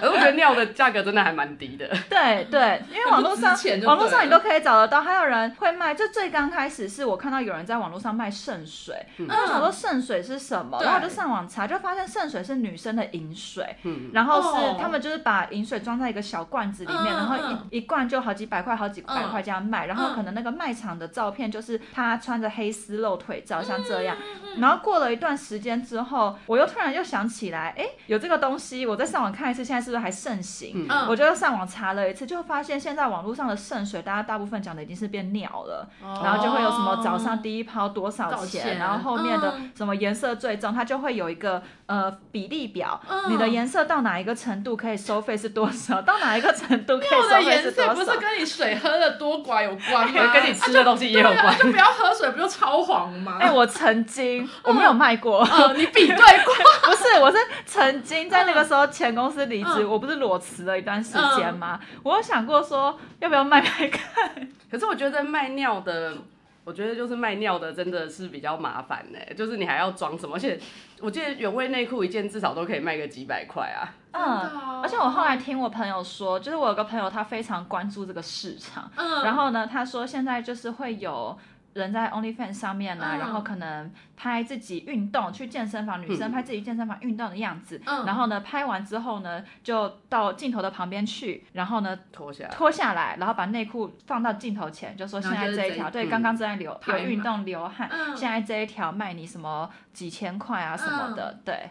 [SPEAKER 3] 可是我觉得尿的价格真的还蛮低的。
[SPEAKER 1] 对对，因为网络上
[SPEAKER 2] 很不值钱就对了
[SPEAKER 1] 网络上你都可以找得到，还有人会卖。就最刚开始是我看到有人在网络上卖圣水，
[SPEAKER 2] 嗯
[SPEAKER 1] 然后我想说圣水是什么，
[SPEAKER 2] 对
[SPEAKER 1] 然后我就上网查，就发现圣水是女生的饮水，
[SPEAKER 3] 嗯，
[SPEAKER 1] 然后是
[SPEAKER 2] 哦
[SPEAKER 1] 他们就是把饮水装在一个小罐子里面，
[SPEAKER 2] 嗯
[SPEAKER 1] 然后
[SPEAKER 2] 嗯
[SPEAKER 1] 一一罐就好几百块、好几百块这样卖，然后可能那个卖场的照片就是他穿着黑丝露腿照，像这样。然后过了一段时间之后，我又突然又想起来，哎，有这个东西，我再上网看一次，现在是不是还盛行？
[SPEAKER 3] 嗯
[SPEAKER 1] 我就又上网查了一次，就发现现在网络上的圣水，大家大部分讲的已经是变尿了，
[SPEAKER 2] 哦
[SPEAKER 1] 然后就会有什么早上第一泡多少
[SPEAKER 2] 多少
[SPEAKER 1] 钱，
[SPEAKER 2] 钱
[SPEAKER 1] 然后后面的
[SPEAKER 2] 嗯
[SPEAKER 1] 什么颜色最重，它就会有一个呃比例表，
[SPEAKER 2] 嗯
[SPEAKER 1] 你的颜色到哪一个程度可以收费是多少，到哪一个程度可以
[SPEAKER 2] 尿
[SPEAKER 1] 收
[SPEAKER 2] 的
[SPEAKER 1] 费
[SPEAKER 2] 颜色
[SPEAKER 1] 多
[SPEAKER 2] 不
[SPEAKER 1] 少
[SPEAKER 2] 是。跟你水喝的多寡有关吗？
[SPEAKER 3] 嗯 跟你吃的东西也有
[SPEAKER 2] 对啊，
[SPEAKER 3] 关。
[SPEAKER 2] 就不要喝水，不就超黄吗？
[SPEAKER 1] 哎、我曾经我没有卖过，
[SPEAKER 2] 呃，你比对过，
[SPEAKER 1] 不是，我是曾经在那个时候前公司离职，
[SPEAKER 2] 嗯
[SPEAKER 1] 我不是裸辞了一段时间吗？我有想过说要不要卖卖看，
[SPEAKER 3] 可是我觉得卖尿的，我觉得就是卖尿的真的是比较麻烦呢、就是你还要装什么，而且我记得原味内裤一件至少都可以卖个几百块啊。
[SPEAKER 2] 真的
[SPEAKER 1] 嗯
[SPEAKER 2] 哦，
[SPEAKER 1] 而且我后来听我朋友说，就是我有个朋友他非常关注这个市场，
[SPEAKER 2] 嗯
[SPEAKER 1] 然后呢，他说现在就是会有。人在 OnlyFans 上面呢、
[SPEAKER 2] 嗯
[SPEAKER 1] 然后可能拍自己运动，去健身房，女生拍自己健身房运动的样子，
[SPEAKER 2] 嗯
[SPEAKER 1] 然后呢，拍完之后呢，就到镜头的旁边去，然后呢，
[SPEAKER 3] 脱下来。
[SPEAKER 1] 脱下来，然后把内裤放到镜头前，就说现
[SPEAKER 2] 然后
[SPEAKER 1] 在
[SPEAKER 2] 就是
[SPEAKER 1] 这一
[SPEAKER 2] 这
[SPEAKER 1] 条，
[SPEAKER 2] 一
[SPEAKER 1] 对，
[SPEAKER 3] 嗯
[SPEAKER 1] 刚刚正在流有
[SPEAKER 2] 拍嘛
[SPEAKER 1] 运动流汗，
[SPEAKER 2] 嗯
[SPEAKER 1] 现在这一条卖你什么几千块啊什么的，对。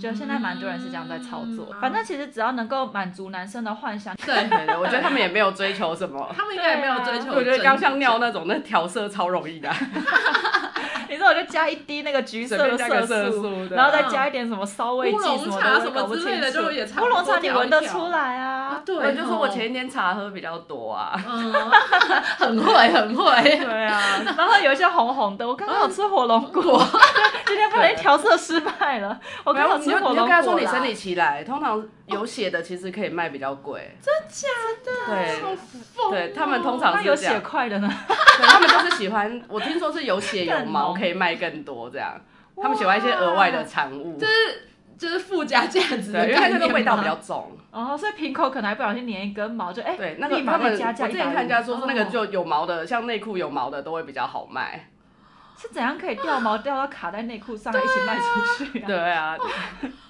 [SPEAKER 1] 就现在蛮多人是这样在操作，
[SPEAKER 2] 嗯
[SPEAKER 1] 反正其实只要能够满足男生的幻想，
[SPEAKER 2] 对，
[SPEAKER 3] 对对， 我觉得他们也没有追求什么。
[SPEAKER 2] 他们应该也没有追
[SPEAKER 1] 对
[SPEAKER 2] 求真正。
[SPEAKER 3] 我觉得刚像尿那种，那调色超容易的啊、
[SPEAKER 1] 你说我就加一滴那个橘色的
[SPEAKER 3] 随便加个
[SPEAKER 1] 色
[SPEAKER 3] 色素
[SPEAKER 1] 素，
[SPEAKER 3] 对啊
[SPEAKER 1] 然后再加一点什么骚味剂
[SPEAKER 2] 乌龙
[SPEAKER 1] 什么的，
[SPEAKER 2] 茶
[SPEAKER 1] 我也
[SPEAKER 2] 什么
[SPEAKER 1] 搞不
[SPEAKER 2] 之
[SPEAKER 1] 清
[SPEAKER 2] 类的
[SPEAKER 1] 楚
[SPEAKER 2] 就也差
[SPEAKER 1] 乌
[SPEAKER 2] 不
[SPEAKER 1] 龙
[SPEAKER 2] 多
[SPEAKER 1] 茶你
[SPEAKER 2] 调一
[SPEAKER 1] 闻得
[SPEAKER 2] 调
[SPEAKER 1] 吼出来啊
[SPEAKER 2] 啊，对，
[SPEAKER 3] 我就哦说
[SPEAKER 2] 吼
[SPEAKER 3] 我前一天茶喝比较多 啊。
[SPEAKER 2] 嗯，很会，很会。
[SPEAKER 1] 对啊，然后有一些红红的，我刚刚有吃火龙 果，今天不小心调色失败了，我刚
[SPEAKER 3] 然后
[SPEAKER 1] 好
[SPEAKER 3] 哦你
[SPEAKER 1] 吃
[SPEAKER 3] 就
[SPEAKER 1] 火龙
[SPEAKER 3] 你
[SPEAKER 1] 果
[SPEAKER 3] 就跟他说
[SPEAKER 1] 啦
[SPEAKER 3] 你生理期来，通常有血的其实可以卖比较贵。
[SPEAKER 2] 假的，
[SPEAKER 3] 对，
[SPEAKER 2] 疯
[SPEAKER 3] 对
[SPEAKER 2] 哦
[SPEAKER 3] 他们通常
[SPEAKER 1] 那
[SPEAKER 3] 是
[SPEAKER 1] 有
[SPEAKER 3] 这
[SPEAKER 1] 血
[SPEAKER 3] 样，
[SPEAKER 1] 块的呢？
[SPEAKER 3] 对他们就是喜欢，我听说是有血有
[SPEAKER 1] 更
[SPEAKER 3] 毛
[SPEAKER 1] 浓
[SPEAKER 3] 可以卖更多这样。他们喜欢一些额外的产物，对，
[SPEAKER 2] 就是附加价值的
[SPEAKER 3] 因为它
[SPEAKER 2] 概
[SPEAKER 3] 那
[SPEAKER 2] 念
[SPEAKER 3] 个
[SPEAKER 2] 吗
[SPEAKER 3] 味道比较重。
[SPEAKER 1] 哦，所以瓶口可能还不小心粘一根毛，就哎，
[SPEAKER 3] 对，那个
[SPEAKER 1] 立
[SPEAKER 3] 他
[SPEAKER 1] 马
[SPEAKER 3] 们
[SPEAKER 1] 再
[SPEAKER 3] 我
[SPEAKER 1] 加价
[SPEAKER 3] 之
[SPEAKER 1] 一哦
[SPEAKER 3] 前
[SPEAKER 1] 百
[SPEAKER 3] 看人家说是那个就有毛的，像内裤有毛的都会比较好卖。
[SPEAKER 1] 是怎样可以掉毛掉到卡在内裤上，一起卖出去、啊？
[SPEAKER 3] 对啊，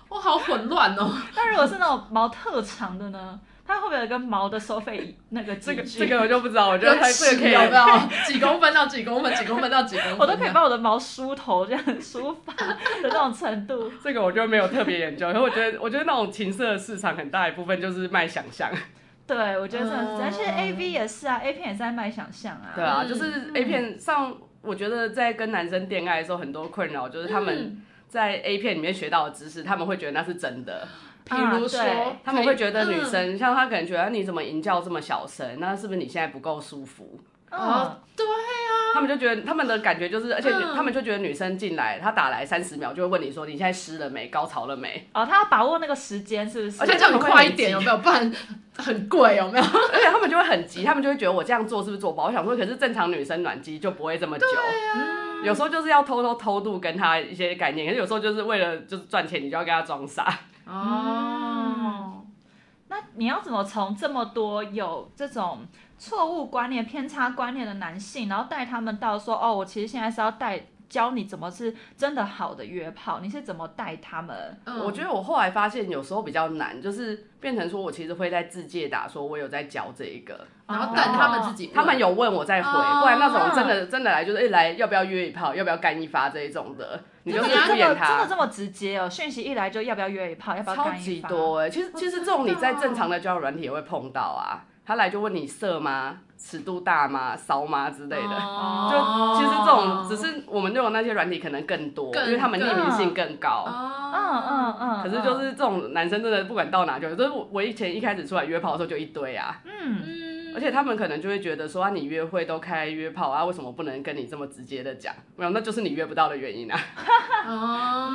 [SPEAKER 2] 我好混乱哦。
[SPEAKER 1] 那如果是那种毛特长的呢？它会不会有一个毛的收费那个
[SPEAKER 3] 这
[SPEAKER 1] 机
[SPEAKER 3] 个
[SPEAKER 1] 制
[SPEAKER 3] 这个我就不知道，我觉得它这个可以
[SPEAKER 2] 有没有几公分到几公分，几公分到几公分？
[SPEAKER 1] 我都可以把我的毛梳头这样梳发的那种程度。
[SPEAKER 3] 这个我就没有特别研究，因为我觉得，我觉得那种情色市场很大一部分就是卖想象，
[SPEAKER 1] 对，我觉得真的是这样，
[SPEAKER 2] 嗯
[SPEAKER 1] 其实 A V 也是啊，A 片也是在卖想象啊。
[SPEAKER 3] 对啊，
[SPEAKER 2] 嗯
[SPEAKER 3] 就是 A 片上我觉得在跟男生恋爱的时候，很多困扰就是他们
[SPEAKER 2] 嗯
[SPEAKER 3] 在 A 片里面学到的知识，他们会觉得那是真的。
[SPEAKER 2] 比如说
[SPEAKER 1] 对，
[SPEAKER 2] 可以
[SPEAKER 3] 他们会觉得女
[SPEAKER 2] 嗯
[SPEAKER 3] 生，像他可能觉得你怎么吟叫这么小声，那是不是你现在不够舒服？
[SPEAKER 1] 嗯
[SPEAKER 2] 哦，对啊，
[SPEAKER 3] 他们就觉得他们的感觉就是，而且女
[SPEAKER 2] 嗯
[SPEAKER 3] 他们就觉得女生进来，她打来三十秒就会问你说你现在湿了没，高潮了没？
[SPEAKER 1] 哦，他要把握那个时间，是不是？
[SPEAKER 2] 而且叫你
[SPEAKER 3] 他们会
[SPEAKER 2] 快
[SPEAKER 3] 很
[SPEAKER 2] 一点，
[SPEAKER 3] 急
[SPEAKER 2] 有没有？不然很贵，有没有？
[SPEAKER 3] 而且他们就会很急，他们就会觉得我这样做是不是做不好？我想说，可是正常女生暖机就不会这么久。有时候就是要偷偷偷渡跟她一些概念，可是有时候就是为了就是赚钱，你就要跟她装傻。
[SPEAKER 2] 哦，
[SPEAKER 1] 那你要怎么从这么多有这种错误观念、偏差观念的男性，然后带他们到说，哦，我其实现在是要带教你怎么是真的好的约炮，你是怎么带他们？
[SPEAKER 2] 嗯
[SPEAKER 3] 我觉得我后来发现有时候比较难，就是变成说我其实会在自介打说我有在教这一个，
[SPEAKER 2] 然后
[SPEAKER 1] 哦
[SPEAKER 2] 等他们自己问，
[SPEAKER 3] 他们有问我再回，
[SPEAKER 2] 哦
[SPEAKER 3] 不然那种真的真的来就是哎、来要不要约一炮，要不要干一发这一种的，你就
[SPEAKER 1] 真
[SPEAKER 3] 是
[SPEAKER 1] 的这
[SPEAKER 3] 敷
[SPEAKER 1] 么
[SPEAKER 3] 衍
[SPEAKER 1] 真的
[SPEAKER 3] 他。
[SPEAKER 1] 这么直接哦，讯息一来就要不要约一炮，要不要
[SPEAKER 3] 超
[SPEAKER 1] 干一
[SPEAKER 3] 级
[SPEAKER 1] 发？
[SPEAKER 3] 多哎、其实其实这
[SPEAKER 2] 哦
[SPEAKER 3] 种
[SPEAKER 2] 真
[SPEAKER 3] 你
[SPEAKER 2] 的
[SPEAKER 3] 在正常的交友软体也会碰到啊，他来就问你色吗、尺度大吗、骚吗之类的。 就
[SPEAKER 2] 哦
[SPEAKER 3] 其实这种只是我们这种那些软体可能更多，
[SPEAKER 2] 更
[SPEAKER 3] 因为他们匿名性更高。
[SPEAKER 1] 嗯嗯
[SPEAKER 2] 哦，
[SPEAKER 1] 嗯，
[SPEAKER 3] 可是就是这种男生真的不管到哪就有，就是我我以前一开始出来约炮的时候就一堆啊，
[SPEAKER 1] 嗯，
[SPEAKER 2] 嗯
[SPEAKER 3] 而且他们可能就会觉得说啊，你约会都开约炮啊，为什么不能跟你这么直接的讲？没有，那就是你约不到的原因啊。嗯
[SPEAKER 2] 哦，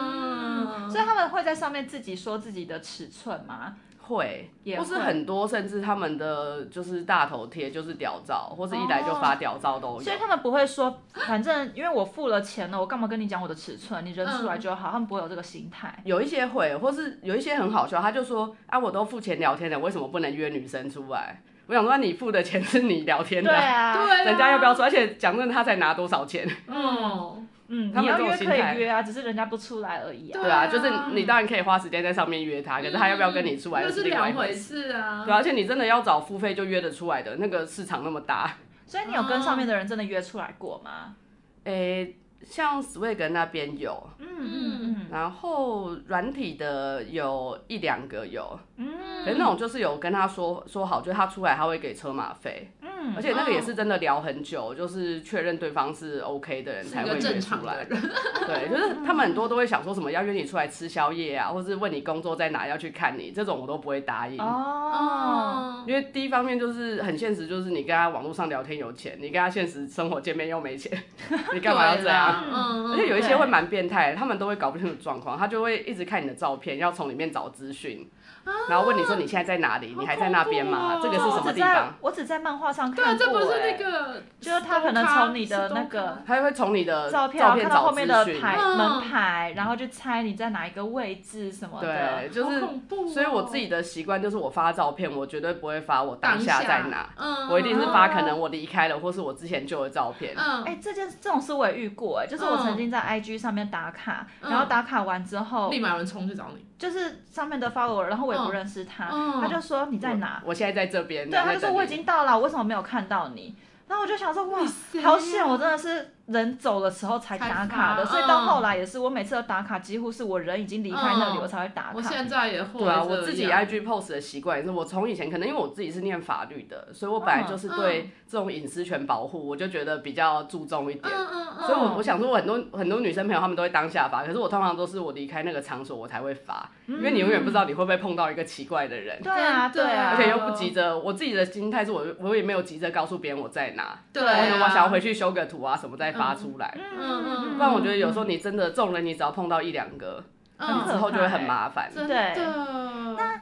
[SPEAKER 1] 嗯所以他们会在上面自己说自己的尺寸吗？
[SPEAKER 3] 会，
[SPEAKER 1] 也
[SPEAKER 3] 或是
[SPEAKER 1] 会
[SPEAKER 3] 很多甚至他们的就是大头贴就是屌照，或是一来就发屌照都有。
[SPEAKER 1] 所以他们不会说，反正因为我付了钱了，我干嘛跟你讲我的尺寸？你人出
[SPEAKER 2] 嗯
[SPEAKER 1] 来就好，他们不会有这个心态。
[SPEAKER 3] 有一些会，或是有一些很好笑，他就说啊，我都付钱聊天了，为什么不能约女生出来？我想说，你付的钱是你聊天的，
[SPEAKER 1] 啊
[SPEAKER 2] 对啊，
[SPEAKER 3] 人家要不要说？而且讲真的，他才拿多少钱？
[SPEAKER 2] 嗯，
[SPEAKER 1] 嗯，
[SPEAKER 3] 他
[SPEAKER 1] 你
[SPEAKER 3] 们
[SPEAKER 1] 要
[SPEAKER 3] 这种
[SPEAKER 1] 约
[SPEAKER 3] 心
[SPEAKER 1] 可
[SPEAKER 3] 态
[SPEAKER 1] 以约啊，只是人家不出来而已啊。
[SPEAKER 2] 对
[SPEAKER 3] 对啊，就是你当然可以花时间在上面约他，可是他要不要跟你出来
[SPEAKER 2] 又
[SPEAKER 3] 是
[SPEAKER 2] 是
[SPEAKER 3] 另外一
[SPEAKER 2] 两
[SPEAKER 3] 回
[SPEAKER 2] 回
[SPEAKER 3] 事。
[SPEAKER 2] 事啊。
[SPEAKER 3] 对啊，而且你真的要找付费就约得出来的，那个市场那么大。
[SPEAKER 1] 所以你有跟上
[SPEAKER 2] 哦
[SPEAKER 1] 面的人真的约出来过吗？
[SPEAKER 3] 诶、像 Swag 那边有，
[SPEAKER 1] 嗯嗯嗯
[SPEAKER 3] 然后软体的有一两个有，可
[SPEAKER 1] 嗯
[SPEAKER 3] 是那种就是有跟他说说好，就是他出来他会给车马费，
[SPEAKER 1] 嗯
[SPEAKER 3] 而且那个也
[SPEAKER 2] 哦
[SPEAKER 3] 是真的聊很久，就是确认对方是 OK 的人
[SPEAKER 2] 是
[SPEAKER 3] 才
[SPEAKER 2] 一
[SPEAKER 3] 会
[SPEAKER 2] 个正
[SPEAKER 3] 约
[SPEAKER 2] 常
[SPEAKER 3] 出来
[SPEAKER 2] 的。人，
[SPEAKER 3] 对，就是他们很多都会想说什么要约你出来吃宵夜啊，或是问你工作在哪，要去看你，这种我都不会答
[SPEAKER 2] 嗯
[SPEAKER 3] 应。
[SPEAKER 2] 哦
[SPEAKER 1] 哦，
[SPEAKER 3] 因为第一方面就是很现实，就是你跟他网络上聊天有钱，你跟他现实生活见面又没钱， 你干嘛要这
[SPEAKER 2] 对啦
[SPEAKER 3] 样？
[SPEAKER 2] 嗯，
[SPEAKER 3] 而且有一些
[SPEAKER 1] 对
[SPEAKER 3] 会蛮变态的，他们都会搞不清楚状况，他就会一直看你的照片，要从里面找资讯，
[SPEAKER 1] 啊
[SPEAKER 3] 然后问你说你现在在哪里？
[SPEAKER 2] 好
[SPEAKER 3] 你还在那边吗？
[SPEAKER 2] 恐
[SPEAKER 3] 这
[SPEAKER 2] 怖哦
[SPEAKER 3] 个是什
[SPEAKER 1] 我
[SPEAKER 3] 么
[SPEAKER 1] 只
[SPEAKER 3] 地
[SPEAKER 1] 在
[SPEAKER 3] 方？
[SPEAKER 1] 我只在漫画上
[SPEAKER 2] 对啊，
[SPEAKER 1] 看过，
[SPEAKER 2] 这不是
[SPEAKER 1] 哎
[SPEAKER 2] 那个，
[SPEAKER 1] 就是他可能从你的那个
[SPEAKER 3] 他会从你的
[SPEAKER 1] 照
[SPEAKER 3] 照
[SPEAKER 1] 片，然后看到
[SPEAKER 3] 找
[SPEAKER 1] 后面的
[SPEAKER 3] 资讯。
[SPEAKER 1] 牌
[SPEAKER 2] 嗯
[SPEAKER 1] 门牌，然后就猜你在哪一个位置什么的
[SPEAKER 3] 对，。就
[SPEAKER 2] 好
[SPEAKER 3] 是
[SPEAKER 2] 恐怖哦
[SPEAKER 3] 所以我自己的习惯就是，我发照片，我绝对不会发我
[SPEAKER 2] 当
[SPEAKER 3] 当下在哪，，
[SPEAKER 2] 嗯，
[SPEAKER 3] 我一定是发可
[SPEAKER 1] 哦
[SPEAKER 3] 能我离开了，或是我之前旧的照片。
[SPEAKER 2] 嗯，
[SPEAKER 1] 哎、
[SPEAKER 2] 嗯，
[SPEAKER 1] 这件这种事我也遇过、哎，就是我曾经在 IG 上面打卡，
[SPEAKER 2] 嗯
[SPEAKER 1] 然后打卡完之后，
[SPEAKER 2] 立马有人冲去找你，
[SPEAKER 1] 就是上面的 follower，然后我也不认识他，
[SPEAKER 2] 嗯
[SPEAKER 1] 他就说你在哪？
[SPEAKER 3] 我现在在这边。
[SPEAKER 1] 对，啊他就
[SPEAKER 3] 在
[SPEAKER 1] 说
[SPEAKER 3] 等
[SPEAKER 1] 我已
[SPEAKER 3] 你
[SPEAKER 1] 经到了，我为什么没有看到你？然后我就想说，哇
[SPEAKER 2] 你谁，呀
[SPEAKER 1] 好险！我真的是人走的时候才打卡的，
[SPEAKER 2] 才发
[SPEAKER 1] 所以到
[SPEAKER 2] 嗯
[SPEAKER 1] 后来也是，我每次的打卡几乎是我人已经离开那里，
[SPEAKER 2] 嗯
[SPEAKER 1] 我才会打卡。
[SPEAKER 2] 我现在也会
[SPEAKER 3] 对啊，
[SPEAKER 2] 这
[SPEAKER 3] 我自己
[SPEAKER 2] 样
[SPEAKER 3] IG post 的习惯也是，我从以前可能因为我自己是念法律的，所以我本
[SPEAKER 2] 嗯
[SPEAKER 3] 来就是对这种隐私权保护，我就觉得比较注重一点。
[SPEAKER 2] 嗯嗯嗯，
[SPEAKER 3] 所以我，我想说，我很多很多女生朋友她们都会当下发，可是我通常都是我离开那个场所我才会发，因为你永远不
[SPEAKER 2] 嗯
[SPEAKER 3] 知道你会不会碰到一个奇怪的人，
[SPEAKER 1] 嗯对啊，
[SPEAKER 2] 真的
[SPEAKER 1] 对啊，
[SPEAKER 3] 而且又不
[SPEAKER 2] 嗯
[SPEAKER 3] 急着。我自己的心态是我我也没有急着告诉别人我在哪，
[SPEAKER 2] 对
[SPEAKER 3] 我
[SPEAKER 2] 啊，
[SPEAKER 3] 我想要回去修个图啊什么再发出来。
[SPEAKER 1] 嗯，
[SPEAKER 2] 嗯嗯嗯
[SPEAKER 3] 不然我觉得有时候你真的中了，你只要碰到一两个，
[SPEAKER 1] 很
[SPEAKER 3] 你
[SPEAKER 1] 可
[SPEAKER 3] 之
[SPEAKER 2] 嗯，
[SPEAKER 3] 后就会很麻烦。
[SPEAKER 2] 真
[SPEAKER 1] 对
[SPEAKER 2] 的，嗯那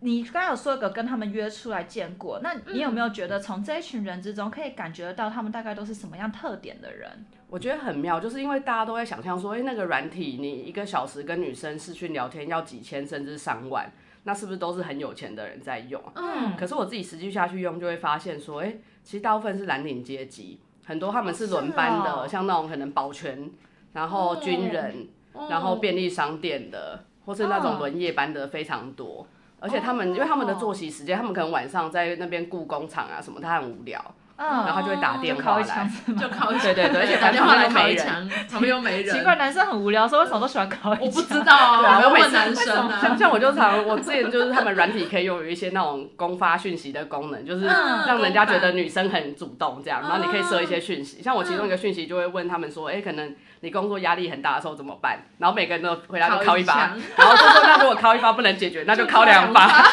[SPEAKER 1] 你刚刚有说有个跟他们约出来见过，那你有没有觉得从这一群人之中可以感觉得到他们大概都是什么样特点的人？
[SPEAKER 3] 我觉得很妙，就是因为大家都在想象说，哎、那个软体，你一个小时跟女生视讯聊天要几千甚至上万，那是不是都是很有钱的人在用？
[SPEAKER 2] 嗯，
[SPEAKER 3] 可是我自己实际下去用，就会发现说，哎、其实大部分是蓝领阶级，很多他们是轮班的，
[SPEAKER 1] 哦是哦
[SPEAKER 3] 像那种可能保全，然后军人，
[SPEAKER 1] 哦
[SPEAKER 3] 然后便利商店的，或是那种轮夜班的非常
[SPEAKER 1] 哦
[SPEAKER 3] 多。而且他们，因为他们的作息时间，他们可能晚上在那边雇工厂啊什么，他很无聊，
[SPEAKER 1] 嗯
[SPEAKER 3] 然后他就会打电话
[SPEAKER 1] 敲一枪
[SPEAKER 3] 来，
[SPEAKER 1] 是吗
[SPEAKER 2] 就靠
[SPEAKER 3] 对对对，而且
[SPEAKER 2] 打
[SPEAKER 3] 打
[SPEAKER 2] 电
[SPEAKER 3] 电
[SPEAKER 2] 话
[SPEAKER 3] 话
[SPEAKER 2] 来
[SPEAKER 3] 来
[SPEAKER 2] 靠
[SPEAKER 3] 没
[SPEAKER 2] 一
[SPEAKER 3] 人，
[SPEAKER 2] 枪，哦旁边又没 人，
[SPEAKER 1] 奇怪，男生很无聊，所以为什么都喜欢搞一枪？
[SPEAKER 2] 我不知道啊，我
[SPEAKER 3] 对
[SPEAKER 2] 要
[SPEAKER 3] 啊我
[SPEAKER 2] 问
[SPEAKER 3] 也是
[SPEAKER 2] 男生
[SPEAKER 3] 像
[SPEAKER 2] 啊。
[SPEAKER 3] 像我就常，我之前就是他们软体可以有一些那种公发讯息的功能，就是
[SPEAKER 2] 嗯
[SPEAKER 3] 让人家觉
[SPEAKER 2] 公
[SPEAKER 3] 得
[SPEAKER 2] 发
[SPEAKER 3] 女生很主动这样，然后你可以设一些讯息。像我其中一
[SPEAKER 2] 嗯
[SPEAKER 3] 个讯息就会问他们说，哎，可能你工作压力很大的时候怎么办？然后每个人都回答就
[SPEAKER 2] 敲
[SPEAKER 3] 敲
[SPEAKER 2] 一
[SPEAKER 3] 一
[SPEAKER 2] 枪
[SPEAKER 3] 发，然后就说那如果敲一发不能解决，那就敲两发。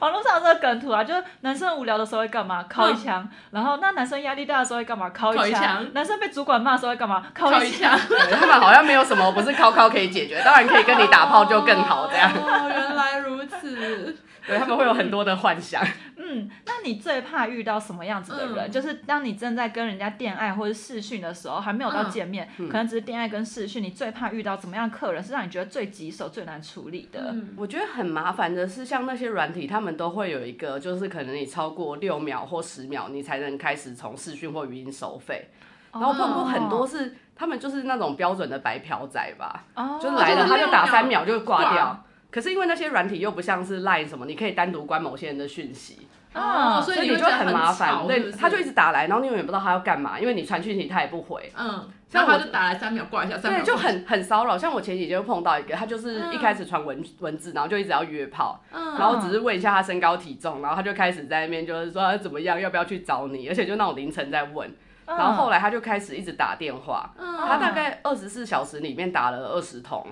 [SPEAKER 1] 网络上有这个梗图啊，就是男生无聊的时候会干嘛？敲一枪。然后那男生压力大的时候会干嘛？敲
[SPEAKER 2] 敲一
[SPEAKER 1] 一
[SPEAKER 2] 枪
[SPEAKER 1] 枪。男生被主管骂的时候会干嘛？敲
[SPEAKER 2] 靠
[SPEAKER 1] 一
[SPEAKER 2] 一
[SPEAKER 1] 枪。
[SPEAKER 2] 枪，
[SPEAKER 3] 对他们好像没有什么不是敲敲可以解决，当然可以跟你打炮就更好这样。
[SPEAKER 2] 哦，原来如此。
[SPEAKER 3] 对他们会有很多的幻想。
[SPEAKER 1] 嗯，那你最怕遇到什么样子的人？
[SPEAKER 2] 嗯
[SPEAKER 1] 就是当你正在跟人家恋爱或者视讯的时候，还没有到见面，可能只是恋爱跟视讯，你最怕遇到怎么样的客人是让你觉得最棘手、最难处理的？
[SPEAKER 2] 嗯，
[SPEAKER 3] 我觉得很麻烦的是，像那些软体，他们都会有一个，就是可能你超过六秒或十秒，你才能开始从视讯或语音收费。
[SPEAKER 2] 哦
[SPEAKER 3] 然后碰过很多是，他们就是那种标准的白嫖仔吧，
[SPEAKER 1] 哦，
[SPEAKER 3] 就是来了
[SPEAKER 2] 就是
[SPEAKER 3] 他
[SPEAKER 2] 六
[SPEAKER 3] 就打
[SPEAKER 2] 秒
[SPEAKER 3] 三秒就挂
[SPEAKER 2] 挂
[SPEAKER 3] 掉。可是因为那些软体又不像是 Line 什么，你可以单独关某些人的讯息，
[SPEAKER 1] 哦
[SPEAKER 2] 哦，所以
[SPEAKER 3] 所
[SPEAKER 2] 你
[SPEAKER 3] 以你
[SPEAKER 2] 会
[SPEAKER 3] 就
[SPEAKER 2] 觉得
[SPEAKER 3] 很麻烦。
[SPEAKER 2] 吵是
[SPEAKER 3] 对，
[SPEAKER 2] 不是
[SPEAKER 3] 他就一直打来，然后你永远不知道他要干嘛，因为你传讯息他也不回。
[SPEAKER 2] 嗯，然
[SPEAKER 3] 像
[SPEAKER 2] 后
[SPEAKER 3] 我
[SPEAKER 2] 他就打来三秒挂一下，三秒
[SPEAKER 3] 对，就很很骚扰。像我前几天就碰到一个，他就是
[SPEAKER 2] 嗯
[SPEAKER 3] 一开始传文、文字，然后就一直要约炮，
[SPEAKER 2] 嗯
[SPEAKER 3] 然后只是问一下他身高体重，然后他就开始在那边就是说、啊怎么样，要不要去找你，而且就那种凌晨在问。
[SPEAKER 1] 嗯，
[SPEAKER 3] 然后后来他就开始一直打电话，他
[SPEAKER 2] 嗯，
[SPEAKER 3] 大概二十四小时里面打了二十通，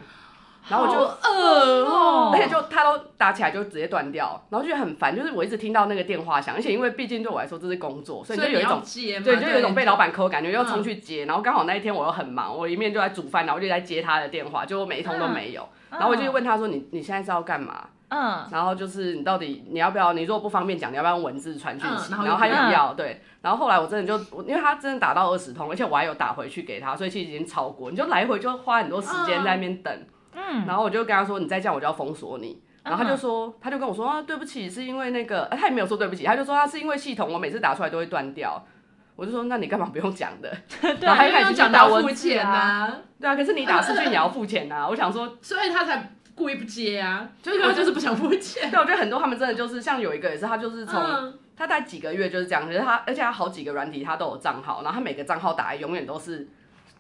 [SPEAKER 3] 然后我就。
[SPEAKER 2] 好饿哦，
[SPEAKER 1] 哦
[SPEAKER 3] 而且就他都打起来就直接断掉，然后就很烦，就是我一直听到那个电话响，而且因为毕竟对我来说这是工作，所以你就有一种
[SPEAKER 2] 接嘛，
[SPEAKER 3] 对，就有一种被老板抠感
[SPEAKER 2] 嗯
[SPEAKER 3] 觉，又冲去接，然后刚好那一天我又很忙，我一面就在煮饭，然后就在接他的电话，结果每一
[SPEAKER 2] 嗯
[SPEAKER 3] 通都没有。然后我就问他说：“你你现在是要干嘛？
[SPEAKER 2] 啊
[SPEAKER 1] 嗯，
[SPEAKER 3] 然后就是你到底你要不要？你如果不方便讲，你要不要用文字传讯息？”
[SPEAKER 2] 嗯然后
[SPEAKER 3] 然后他
[SPEAKER 1] 就
[SPEAKER 3] 就
[SPEAKER 1] 不
[SPEAKER 3] 不要，对。然后后来我真的就，我因为他真的打到二十通，而且我还有打回去给他，所以其实已经超过。你就来回就花很多时间在那边等。
[SPEAKER 1] 嗯
[SPEAKER 3] 然后我就跟他说：“你再这样，我就要封锁你。”
[SPEAKER 2] 嗯
[SPEAKER 3] 然后他就说，他就跟我说啊，对不起，是因为那个，啊他也没有说对不起，他就说他是因为系统，我每次打出来都会断掉。我就说，那你干嘛不用讲 的？
[SPEAKER 1] 对
[SPEAKER 3] 然
[SPEAKER 1] 啊，
[SPEAKER 3] 后还
[SPEAKER 2] 还
[SPEAKER 3] 开
[SPEAKER 2] 有
[SPEAKER 3] 始
[SPEAKER 2] 讲
[SPEAKER 3] 打
[SPEAKER 2] 到
[SPEAKER 3] 文
[SPEAKER 2] 付
[SPEAKER 1] 字
[SPEAKER 2] 钱呐，
[SPEAKER 3] 对啊，可是你打视讯也要付钱啊。我想说，
[SPEAKER 2] 所以他才故意不接啊，就是
[SPEAKER 3] 是
[SPEAKER 2] 他就是不想付钱。
[SPEAKER 3] 对，我觉得很多他们真的就是像有一个也是，他就是从、
[SPEAKER 2] 嗯，
[SPEAKER 3] 他待几个月就是这样，可是他而且他好几个软体他都有账号，然后他每个账号打来永远都是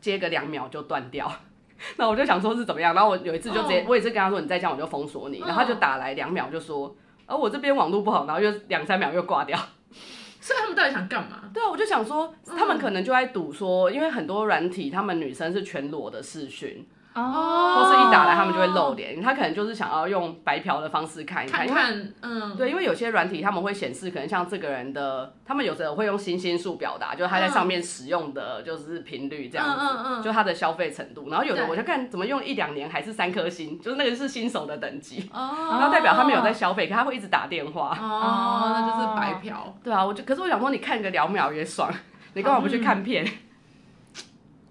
[SPEAKER 3] 接个两秒就断掉。 那我就想说是怎么样，然后我有一次就直接
[SPEAKER 2] 哦
[SPEAKER 3] 我也是跟他说你再这样我就封锁你，
[SPEAKER 2] 嗯
[SPEAKER 3] 然后他就打来两秒就说，而、我这边网络不好，然后又两三秒又挂掉。
[SPEAKER 2] 所以他们到底想干嘛？
[SPEAKER 3] 对啊，我就想说他们可能就在赌说，因为很多软体他们女生是全裸的视讯，
[SPEAKER 1] 哦，
[SPEAKER 3] 或是一打来他们就会露脸，他可能就是想要用白嫖的方式看一看，
[SPEAKER 2] 看
[SPEAKER 3] 因为
[SPEAKER 2] 看，嗯，
[SPEAKER 3] 对，因为有些软体他们会显示，可能像这个人的，他们有时候会用星星数表达，就是他在上面使用的就是频率这样子，
[SPEAKER 2] 嗯嗯嗯
[SPEAKER 3] 就他的消费程度。然后有的
[SPEAKER 2] 对
[SPEAKER 3] 我就看怎么用一两年还是三颗星，就是那个是新手的等级，
[SPEAKER 2] 哦
[SPEAKER 3] 然后代表他没有在消费，可他会一直打电话。
[SPEAKER 2] 哦，那就是白嫖。
[SPEAKER 3] 对啊，我就可是我想说，你看个两秒也 爽，你干嘛不去看片？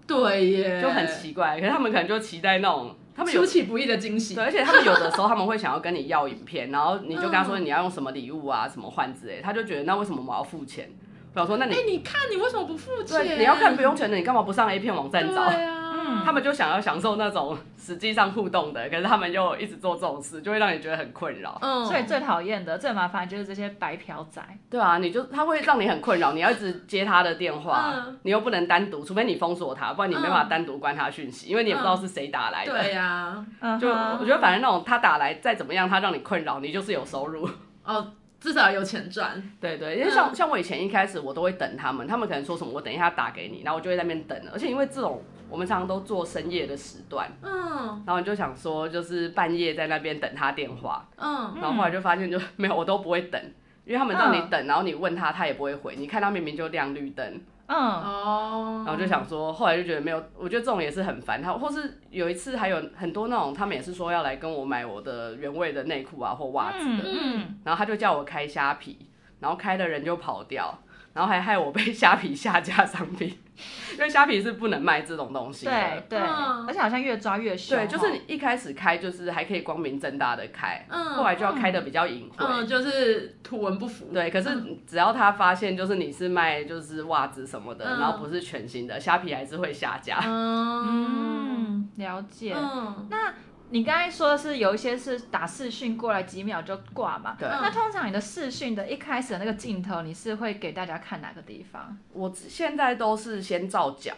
[SPEAKER 2] 对耶，
[SPEAKER 3] 就很奇怪。可是他们可能就期待那种，他们有
[SPEAKER 2] 出其不意的惊喜
[SPEAKER 3] 对，。而且他们有的时候他们会想要跟你要影片，然后你就跟他说你要用什么礼物啊、什么换之类，他就觉得那为什么我要付钱？我想说那你
[SPEAKER 2] 哎，你看你为什么不付钱？
[SPEAKER 3] 对你啊要看不用钱的，你干嘛不上 A 片网站
[SPEAKER 2] 对
[SPEAKER 3] 找？嗯
[SPEAKER 2] 啊，
[SPEAKER 3] 他们就想要享受那种实际上互动的，可是他们又一直做这种事，就会让你觉得很困扰。
[SPEAKER 2] 嗯，
[SPEAKER 1] 所以最讨厌的、最麻烦就是这些白嫖仔。
[SPEAKER 3] 对啊，你就他会让你很困扰，你要一直接他的电话，
[SPEAKER 2] 嗯
[SPEAKER 3] 你又不能单独，除非你封锁他，不然你没办法单独关他讯息，因为你也不知道是谁打来的。
[SPEAKER 2] 对呀，
[SPEAKER 1] 嗯
[SPEAKER 3] 就
[SPEAKER 1] 哼
[SPEAKER 3] 我觉得，反正那种他打来再怎么样，他让你困扰，你就是有收入。嗯
[SPEAKER 2] 哦，至少有钱赚。
[SPEAKER 3] 对对，因为像、像我以前一开始我都会等他们，他们可能说什么我等一下打给你，然后我就会在那边等。而且因为这种我们常常都做深夜的时段，
[SPEAKER 2] 嗯
[SPEAKER 3] 然后你就想说就是半夜在那边等他电话，
[SPEAKER 2] 嗯，
[SPEAKER 3] 然后后来就发现就没有，我都不会等。因为他们让你等，然后你问他，他也不会回。你看他明明就亮绿灯，
[SPEAKER 1] 嗯，
[SPEAKER 2] 哦，
[SPEAKER 3] 然后就想说，后来就觉得没有，我觉得这种也是很烦。他或是有一次还有很多那种，他们也是说要来跟我买我的原味的内裤啊或袜子，
[SPEAKER 1] 嗯
[SPEAKER 2] 嗯
[SPEAKER 1] 嗯，
[SPEAKER 3] 然后他就叫我开虾皮，然后开的人就跑掉，然后还害我被虾皮下架商品， 因为虾皮是不能卖这种东西
[SPEAKER 1] 对
[SPEAKER 3] 的。
[SPEAKER 1] 对，
[SPEAKER 2] 嗯
[SPEAKER 1] 而且好像越抓越凶哦。
[SPEAKER 3] 对，就是你一开始开就是还可以光明正大的开，
[SPEAKER 2] 嗯
[SPEAKER 3] 后来就要开的比较隐晦。
[SPEAKER 2] 嗯，就是图文不
[SPEAKER 1] 嗯
[SPEAKER 2] 符。
[SPEAKER 3] 对，可是只要他发现就是你是卖就是袜子什么的，
[SPEAKER 2] 嗯
[SPEAKER 3] 然后不是啊全新的，虾皮还是会下架。
[SPEAKER 2] 嗯
[SPEAKER 1] 嗯，了解。
[SPEAKER 2] 嗯，
[SPEAKER 1] 那你刚才说的是有一些是打视讯过来几秒就挂嘛？
[SPEAKER 3] 对
[SPEAKER 1] 那通常你的视讯的一开始的那个镜头，你是会给大家看哪个地方？
[SPEAKER 3] 我现在都是先照脚，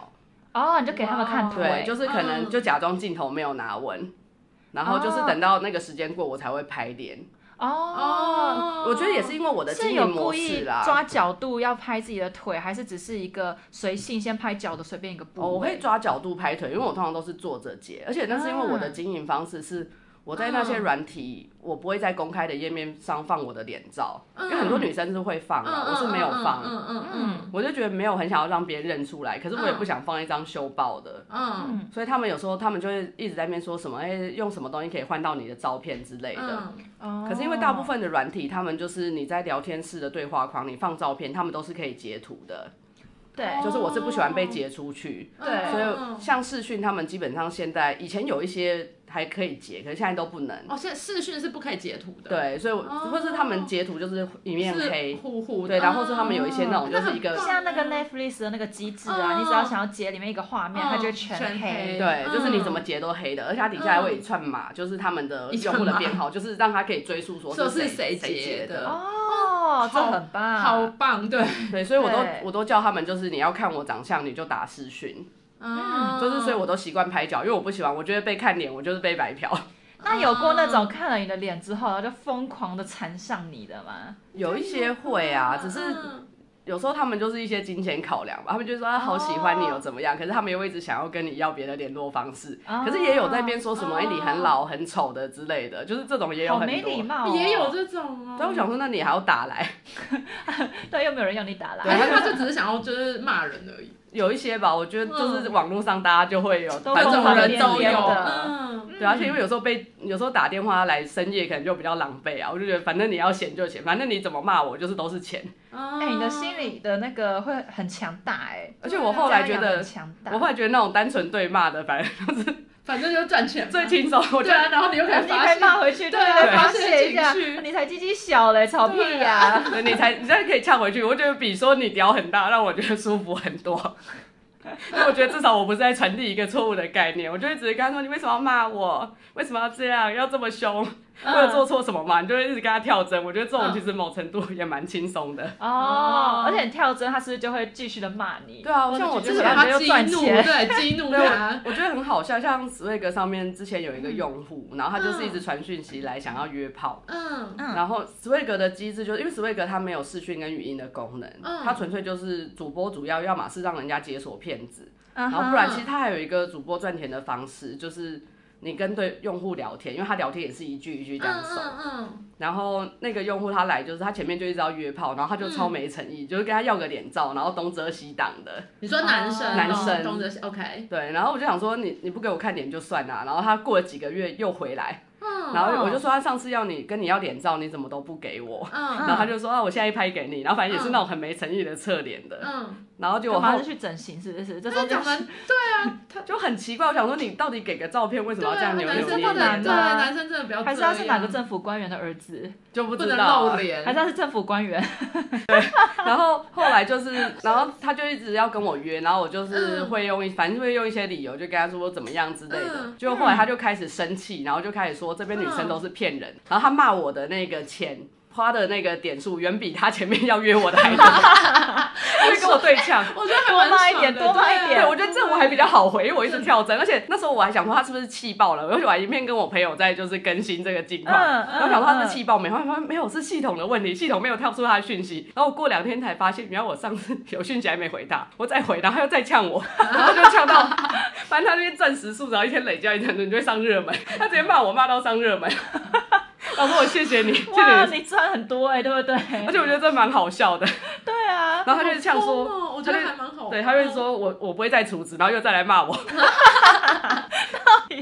[SPEAKER 1] 哦，你就给他们看
[SPEAKER 2] 哇
[SPEAKER 1] 腿，
[SPEAKER 3] 对，就是可能
[SPEAKER 2] 嗯
[SPEAKER 3] 就假装镜头没有拿稳，然后就是等到那个时间过，我才会拍脸。
[SPEAKER 1] 哦。
[SPEAKER 3] 我觉得也是因为我的
[SPEAKER 1] 是
[SPEAKER 3] 经
[SPEAKER 1] 有
[SPEAKER 3] 营
[SPEAKER 1] 故
[SPEAKER 3] 模
[SPEAKER 1] 意
[SPEAKER 3] 式啦。
[SPEAKER 1] 抓角度要拍自己的腿，还是只是一个随性先拍脚的随便一个部位？
[SPEAKER 3] 哦，我会抓角度拍腿，因为我通常都是坐着
[SPEAKER 2] 嗯
[SPEAKER 3] 接，而且那是因为我
[SPEAKER 2] 啊
[SPEAKER 3] 的经营方式是。我在那些软体，我不会在公开的页面上放我的脸照，因为很多女生是会放啊，我是没有放，
[SPEAKER 2] 嗯嗯嗯
[SPEAKER 1] 嗯
[SPEAKER 3] 我就觉得没有很想要让别人认出来，可是我也不想放一张修爆的，
[SPEAKER 2] 嗯
[SPEAKER 3] 所以他们有时候他们就会一直在那边说什么，哎、用什么东西可以换到你的照片之类的。
[SPEAKER 2] 嗯
[SPEAKER 1] 哦
[SPEAKER 3] 可是因为大部分的软体，他们就是你在聊天室的对话框，你放照片，他们都是可以截图的。
[SPEAKER 1] 对
[SPEAKER 3] 就是我是不喜欢
[SPEAKER 2] 哦
[SPEAKER 3] 被截出去，
[SPEAKER 2] 嗯
[SPEAKER 1] 对
[SPEAKER 3] 所以像视讯他们基本上现在以前有一些还可以截，可是现在都不能。
[SPEAKER 2] 哦，现在视讯是不可以截图的，，
[SPEAKER 3] 对，所以我
[SPEAKER 2] 哦
[SPEAKER 3] 或是他们截图就是一面
[SPEAKER 2] 是
[SPEAKER 3] 黑，
[SPEAKER 2] 糊糊的，
[SPEAKER 3] 对，然后是他们有一些那种就
[SPEAKER 2] 那
[SPEAKER 3] 是
[SPEAKER 2] 很
[SPEAKER 3] 一个
[SPEAKER 2] 棒
[SPEAKER 1] 像那个 Netflix 的那个机制啊，
[SPEAKER 2] 嗯
[SPEAKER 1] 你只要想要截里面一个画面，
[SPEAKER 2] 嗯
[SPEAKER 1] 它就会全
[SPEAKER 2] 全黑
[SPEAKER 3] 对，就是你
[SPEAKER 2] 嗯
[SPEAKER 3] 怎么截都黑的，而且它底下还会有一串码，就是他们的用户的编号，就是让他可以追溯说
[SPEAKER 2] 说
[SPEAKER 3] 是
[SPEAKER 2] 是谁
[SPEAKER 3] 谁
[SPEAKER 2] 截
[SPEAKER 3] 的。
[SPEAKER 2] 的
[SPEAKER 1] 哦，这
[SPEAKER 2] 好
[SPEAKER 1] 很棒，
[SPEAKER 2] 好棒，对，
[SPEAKER 3] 对，所以我都
[SPEAKER 1] 对
[SPEAKER 3] 我都叫他们，就是你要看我长相，你就打视讯，
[SPEAKER 2] 嗯
[SPEAKER 3] 就是所以我都习惯拍脚，因为我不喜欢，我觉得被看脸，我就是被白嫖。
[SPEAKER 1] 那有过那种看了你的脸之后，然后就疯狂的缠上你的吗？
[SPEAKER 3] 有一些会啊，
[SPEAKER 2] 嗯
[SPEAKER 3] 只是有时候他们就是一些金钱考量吧，他们就说啊好喜欢你
[SPEAKER 1] 哦
[SPEAKER 3] 又怎么样，可是他们又一直想要跟你要别的联络方式，
[SPEAKER 1] 哦
[SPEAKER 3] 可是也有在边说什么
[SPEAKER 2] 哦
[SPEAKER 3] 哎、你很老很丑的之类的，就是这种也有
[SPEAKER 1] 好
[SPEAKER 3] 很
[SPEAKER 1] 没礼
[SPEAKER 3] 多。
[SPEAKER 1] 貌、哦，
[SPEAKER 2] 嗯也有，这种哦，
[SPEAKER 3] 但我想说，那你还要打来？
[SPEAKER 1] 对，又没有人要你打
[SPEAKER 2] 还
[SPEAKER 1] 来，
[SPEAKER 2] 是他就只是想要就是骂人而已，
[SPEAKER 3] 有一些吧，我觉得就是网络上大家就会有，
[SPEAKER 1] 嗯都
[SPEAKER 3] 反
[SPEAKER 2] 这
[SPEAKER 1] 疯
[SPEAKER 3] 正
[SPEAKER 1] 狂
[SPEAKER 2] 种
[SPEAKER 1] 地
[SPEAKER 2] 人
[SPEAKER 1] 练
[SPEAKER 2] 都
[SPEAKER 1] 脸
[SPEAKER 2] 有，
[SPEAKER 1] 的。
[SPEAKER 2] 嗯，
[SPEAKER 3] 对，而且因为有时候被有时候打电话来深夜，可能就比较狼狈啊。我就觉得反正你要钱就钱，反正你怎么骂我就是都是钱。
[SPEAKER 1] 哎、
[SPEAKER 2] 哎
[SPEAKER 1] 你的心理的那个会很强大哎、
[SPEAKER 3] 而且我后来觉
[SPEAKER 1] 家养
[SPEAKER 3] 得
[SPEAKER 1] 很，强大，
[SPEAKER 3] 我后来觉得那种单纯对骂的，反正就是
[SPEAKER 2] 反正就赚钱嘛，
[SPEAKER 3] 最轻松。我觉
[SPEAKER 2] 对
[SPEAKER 3] 得
[SPEAKER 2] 啊，然后你又可以
[SPEAKER 1] 你
[SPEAKER 2] 发
[SPEAKER 1] 还
[SPEAKER 2] 现，
[SPEAKER 1] 骂回去，
[SPEAKER 2] 对
[SPEAKER 1] 对，发
[SPEAKER 2] 发
[SPEAKER 1] 泄
[SPEAKER 2] 泄
[SPEAKER 1] 一下
[SPEAKER 2] 情绪，
[SPEAKER 1] 你才鸡鸡小嘞，吵屁呀、
[SPEAKER 3] 对啊你才你才可以呛回去，我觉得比说你屌很大让我觉得舒服很多。 因为我觉得至少我不是在传递一个错误的概念，我就会只是跟他说你为什么要骂我，为什么要这样，要这么凶，我有做错什么嘛？你就会一直跟他跳针。我觉得这种其实某程度也蛮轻松的。
[SPEAKER 1] 哦，而且你跳针，他是不是就会继续的骂你？
[SPEAKER 3] 对啊，
[SPEAKER 1] 或者
[SPEAKER 3] 像我
[SPEAKER 1] 就
[SPEAKER 3] 之
[SPEAKER 1] 是
[SPEAKER 2] 是
[SPEAKER 3] 前
[SPEAKER 2] 把
[SPEAKER 1] 感觉
[SPEAKER 2] 他
[SPEAKER 1] 又
[SPEAKER 2] 激
[SPEAKER 1] 赚
[SPEAKER 2] 怒，
[SPEAKER 1] 钱
[SPEAKER 2] 对，啊激怒
[SPEAKER 3] 对
[SPEAKER 2] 他，
[SPEAKER 3] 我觉得很好笑，像 Swag 上面之前有一个用户，然后他就是一直传讯息来想要约炮。
[SPEAKER 2] 嗯
[SPEAKER 1] 嗯
[SPEAKER 3] 然后 Swag 的机制就是因为 Swag 它没有视讯跟语音的功能，
[SPEAKER 2] 嗯
[SPEAKER 3] 它纯粹就是主播主要要么是让人家解锁骗子，
[SPEAKER 1] 然
[SPEAKER 3] 然后不
[SPEAKER 2] 啊
[SPEAKER 3] 然其实它还有一个主播赚钱的方式，就是你跟对用户聊天，因为他聊天也是一句一句这样
[SPEAKER 2] 嗯
[SPEAKER 3] 送。
[SPEAKER 2] 嗯
[SPEAKER 3] 然后那个用户他来就是他前面就一直要约炮，然后他就
[SPEAKER 2] 嗯
[SPEAKER 3] 超没诚意，就是跟他要个脸照，然后东遮西挡的。
[SPEAKER 2] 嗯，你说男生，
[SPEAKER 3] 男生
[SPEAKER 2] 懂得 OK，
[SPEAKER 3] 对，然后我就想说你你不给我看脸就算啦，然后他过了几个月又回来，
[SPEAKER 2] 嗯
[SPEAKER 3] 然后我就说他上次要你跟你要脸照，你怎么都不给我？
[SPEAKER 2] 嗯
[SPEAKER 3] 然后他就说啊，我现在拍给你，然后反正也是那种很没诚意的侧脸的，
[SPEAKER 2] 嗯，
[SPEAKER 3] 然后就
[SPEAKER 1] 干
[SPEAKER 3] 我
[SPEAKER 1] 嘛
[SPEAKER 3] 后
[SPEAKER 1] 是去整形是不是？这
[SPEAKER 2] 那
[SPEAKER 1] 中间
[SPEAKER 2] 讲完
[SPEAKER 3] 就很奇怪，我想说你到底给个照片为什么要这样
[SPEAKER 2] 对
[SPEAKER 3] 扭
[SPEAKER 2] 啊男
[SPEAKER 3] 扭
[SPEAKER 2] 生
[SPEAKER 3] 捏
[SPEAKER 2] 不能，
[SPEAKER 3] 捏
[SPEAKER 1] 脸
[SPEAKER 2] 对，
[SPEAKER 3] 的，
[SPEAKER 1] 啊
[SPEAKER 2] 男生真的不要这样，
[SPEAKER 1] 还是他是哪个政府官员的儿子，
[SPEAKER 3] 就不
[SPEAKER 2] 不
[SPEAKER 3] 知
[SPEAKER 2] 能
[SPEAKER 3] 道啊
[SPEAKER 2] 露。 脸，
[SPEAKER 1] 还是他是政府官员？
[SPEAKER 3] 然后后来就是，然后他就一直要跟我约，然后我就是
[SPEAKER 2] 嗯
[SPEAKER 3] 会用一，反正会用一些理由，就跟他说怎么样之类的
[SPEAKER 2] 嗯。
[SPEAKER 3] 就后来他就开始生气，然后就开始说这边女生都是骗人，然后他骂我的那个钱。花的那个点数远比他前面要约我的 还多，他就跟我对呛。
[SPEAKER 2] 我觉得还蛮
[SPEAKER 1] 多骂一
[SPEAKER 2] 爽
[SPEAKER 1] 点
[SPEAKER 2] 的
[SPEAKER 1] 多骂一
[SPEAKER 2] 对啊
[SPEAKER 1] 点
[SPEAKER 3] 对，我觉得这我还比较好回，因为我一直跳针，而且那时候我还想说他是不是气爆了，而且我还一面跟我朋友在就是更新这个近况，
[SPEAKER 1] 嗯嗯
[SPEAKER 3] 然后我想说他是不是气爆没，后来发现没有是系统的问题，系统没有跳出他的讯息，然后我过两天才发现，原来我上次有讯息还没回他，我再回，然后他又再呛我，然后就呛到，反正他那边暂时数，然后一天累加一天，你就会上热门，他直接骂我骂到上热门， 然后说我哦谢谢你，谢
[SPEAKER 1] 哇，
[SPEAKER 3] 谢你，
[SPEAKER 1] 你赚很多哎、对不对？
[SPEAKER 3] 而且我觉得这蛮好笑的，
[SPEAKER 1] 对啊，
[SPEAKER 3] 然后他就呛
[SPEAKER 2] 好
[SPEAKER 3] 说，
[SPEAKER 2] 疯哦我觉得
[SPEAKER 3] 他就
[SPEAKER 2] 还蛮好，
[SPEAKER 3] 对，他会，说我我不会再处置，然后又再来 骂我。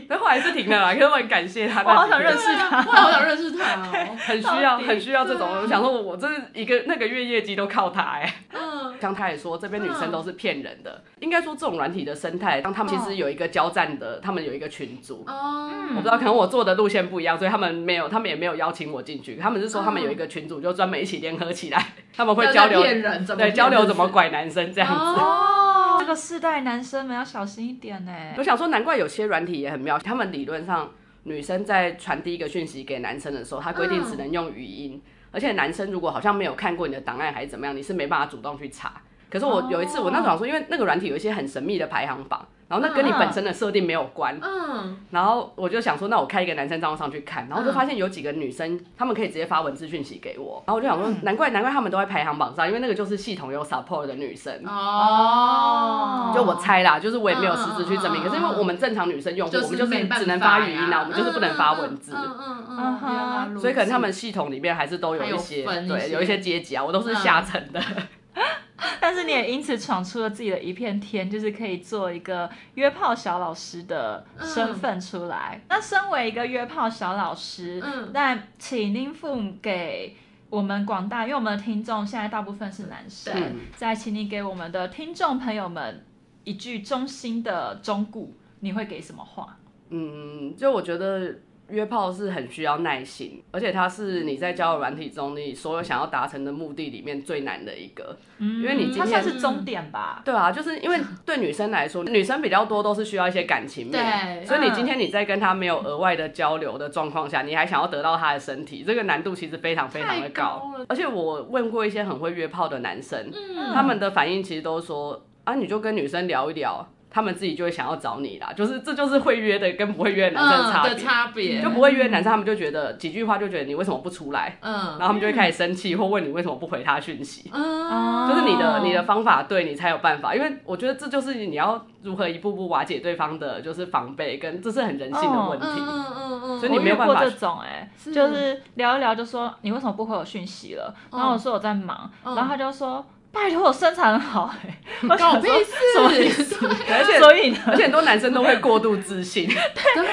[SPEAKER 3] 但后来是停了啦，可是我很感谢他那几天。
[SPEAKER 1] 我好想认识
[SPEAKER 2] 对啊，我也好想认识他哦，
[SPEAKER 3] 很需要，
[SPEAKER 1] 到底
[SPEAKER 3] 很需要这种。
[SPEAKER 2] 对啊
[SPEAKER 3] 我想说我，我这一个那个月业绩都靠他哎、
[SPEAKER 2] 嗯
[SPEAKER 3] 像他也说，这边女生都是骗人的。应该说，这种软体的生态，让他们其
[SPEAKER 2] 嗯
[SPEAKER 3] 实有一个交战的，他们有一个群组。
[SPEAKER 2] 哦，
[SPEAKER 3] 我不知道，可能我做的路线不一样，所以他们没有，他们也没有邀请我进去。他们是说他们有一个群组，就专门一起联合起来， 他们会
[SPEAKER 2] 嗯要
[SPEAKER 3] 交
[SPEAKER 2] 在
[SPEAKER 3] 流，
[SPEAKER 2] 骗人怎么
[SPEAKER 3] 对，
[SPEAKER 2] 骗
[SPEAKER 3] 交流
[SPEAKER 2] 人
[SPEAKER 3] 怎么拐男生这样子。
[SPEAKER 2] 哦，
[SPEAKER 1] 这个世代男生们要小心一点呢、欸
[SPEAKER 3] 我想说，难怪有些软体也很妙，他们理论上。女生在传递一个讯息给男生的时候，他规定只能用语音，而且男生如果好像没有看过你的档案还是怎么样，你是没办法主动去查。可是我有一次，我那时候想说，因为那个软体有一些很神秘的排行榜，然后那跟你本身的设定没有关，
[SPEAKER 2] 嗯，
[SPEAKER 3] 然后我就想说，那我开一个男生账号上去看，然后就发现有几个女生，她们可以直接发文字讯息给我，然后我就想说，难怪难怪她们都在排行榜上，因为那个就是系统有 support 的女
[SPEAKER 2] 嗯
[SPEAKER 3] 生。
[SPEAKER 2] 哦，
[SPEAKER 3] 就我猜啦，就是我也没有实质去证
[SPEAKER 2] 嗯嗯
[SPEAKER 3] 明，
[SPEAKER 2] 嗯
[SPEAKER 3] 可是因为我们正常女生用户，
[SPEAKER 2] 就是
[SPEAKER 3] 我们就是
[SPEAKER 2] 没办法
[SPEAKER 3] 只能发语音啊，
[SPEAKER 2] 呀
[SPEAKER 3] 我们就是不能发文字，
[SPEAKER 2] 嗯嗯嗯
[SPEAKER 1] 嗯哼
[SPEAKER 2] 嗯嗯，
[SPEAKER 3] 所以可能他们系统里面还是都有一
[SPEAKER 2] 还
[SPEAKER 3] 些
[SPEAKER 2] 有分一些嗯
[SPEAKER 3] 对有一些阶级啊，我都是下层的，
[SPEAKER 1] 但是你也因此闯出了自己的一片天，就是可以做一个约炮小老师的身份出来。
[SPEAKER 3] 嗯
[SPEAKER 1] 那身为一个约炮小老师，
[SPEAKER 2] 嗯
[SPEAKER 1] 那请您父母给我们广大，因为我们的听众现在大部分是男生
[SPEAKER 2] 对，
[SPEAKER 3] 嗯
[SPEAKER 1] 再请你给我们的听众朋友们一句衷心的忠告，你会给什么话？
[SPEAKER 3] 嗯，就我觉得。约炮是很需要耐心，而且它是你在交友软体中你所有想要达成的目的里面最难的一个。
[SPEAKER 1] 嗯，
[SPEAKER 3] 因为你今天
[SPEAKER 1] 它算是终点吧？
[SPEAKER 3] 对啊，就是因为对女生来说，女生比较多都是需要一些感情面，
[SPEAKER 2] 对
[SPEAKER 3] 所以你
[SPEAKER 1] 嗯
[SPEAKER 3] 今天你在跟她没有额外的交流的状况下，你还想要得到她的身体，这个难度其实非常非常的
[SPEAKER 2] 太高了
[SPEAKER 3] 而且我问过一些很会约炮的男生，
[SPEAKER 2] 嗯
[SPEAKER 3] 他们的反应其实都说啊，你就跟女生聊一聊，他们自己就会想要找你啦，就是这就是会约的跟不会约的男生
[SPEAKER 2] 嗯
[SPEAKER 3] 的差别
[SPEAKER 2] 的。差别，
[SPEAKER 3] 就不会约的男生，他们就觉得几句话就觉得你为什么不出来，
[SPEAKER 2] 嗯
[SPEAKER 3] 然后他们就会开始生气，或问你为什么不回他讯息。
[SPEAKER 2] 嗯，
[SPEAKER 3] 就是你的
[SPEAKER 1] 哦
[SPEAKER 3] 你的方法对你才有办法，因为我觉得这就是你要如何一步步瓦解对方的，就是防备跟这是很人性的问
[SPEAKER 2] 嗯
[SPEAKER 3] 题。
[SPEAKER 1] 哦
[SPEAKER 2] 嗯嗯嗯，
[SPEAKER 3] 所以
[SPEAKER 1] 我
[SPEAKER 3] 你
[SPEAKER 1] 遇
[SPEAKER 3] 没有办
[SPEAKER 1] 过
[SPEAKER 3] 法
[SPEAKER 1] 这种哎、
[SPEAKER 2] 是
[SPEAKER 1] 就是聊一聊就说你为什么不回我讯息了？然后我说我在忙，
[SPEAKER 2] 嗯
[SPEAKER 1] 然后他就说拜托我身材很好 哎、欸，我
[SPEAKER 2] 搞
[SPEAKER 1] 想
[SPEAKER 2] 屁
[SPEAKER 1] 说什么意
[SPEAKER 2] 事，
[SPEAKER 1] 思？
[SPEAKER 2] 对
[SPEAKER 3] 而且
[SPEAKER 1] 所以呢，
[SPEAKER 3] 而且很多男生都会过度自信，
[SPEAKER 2] 对，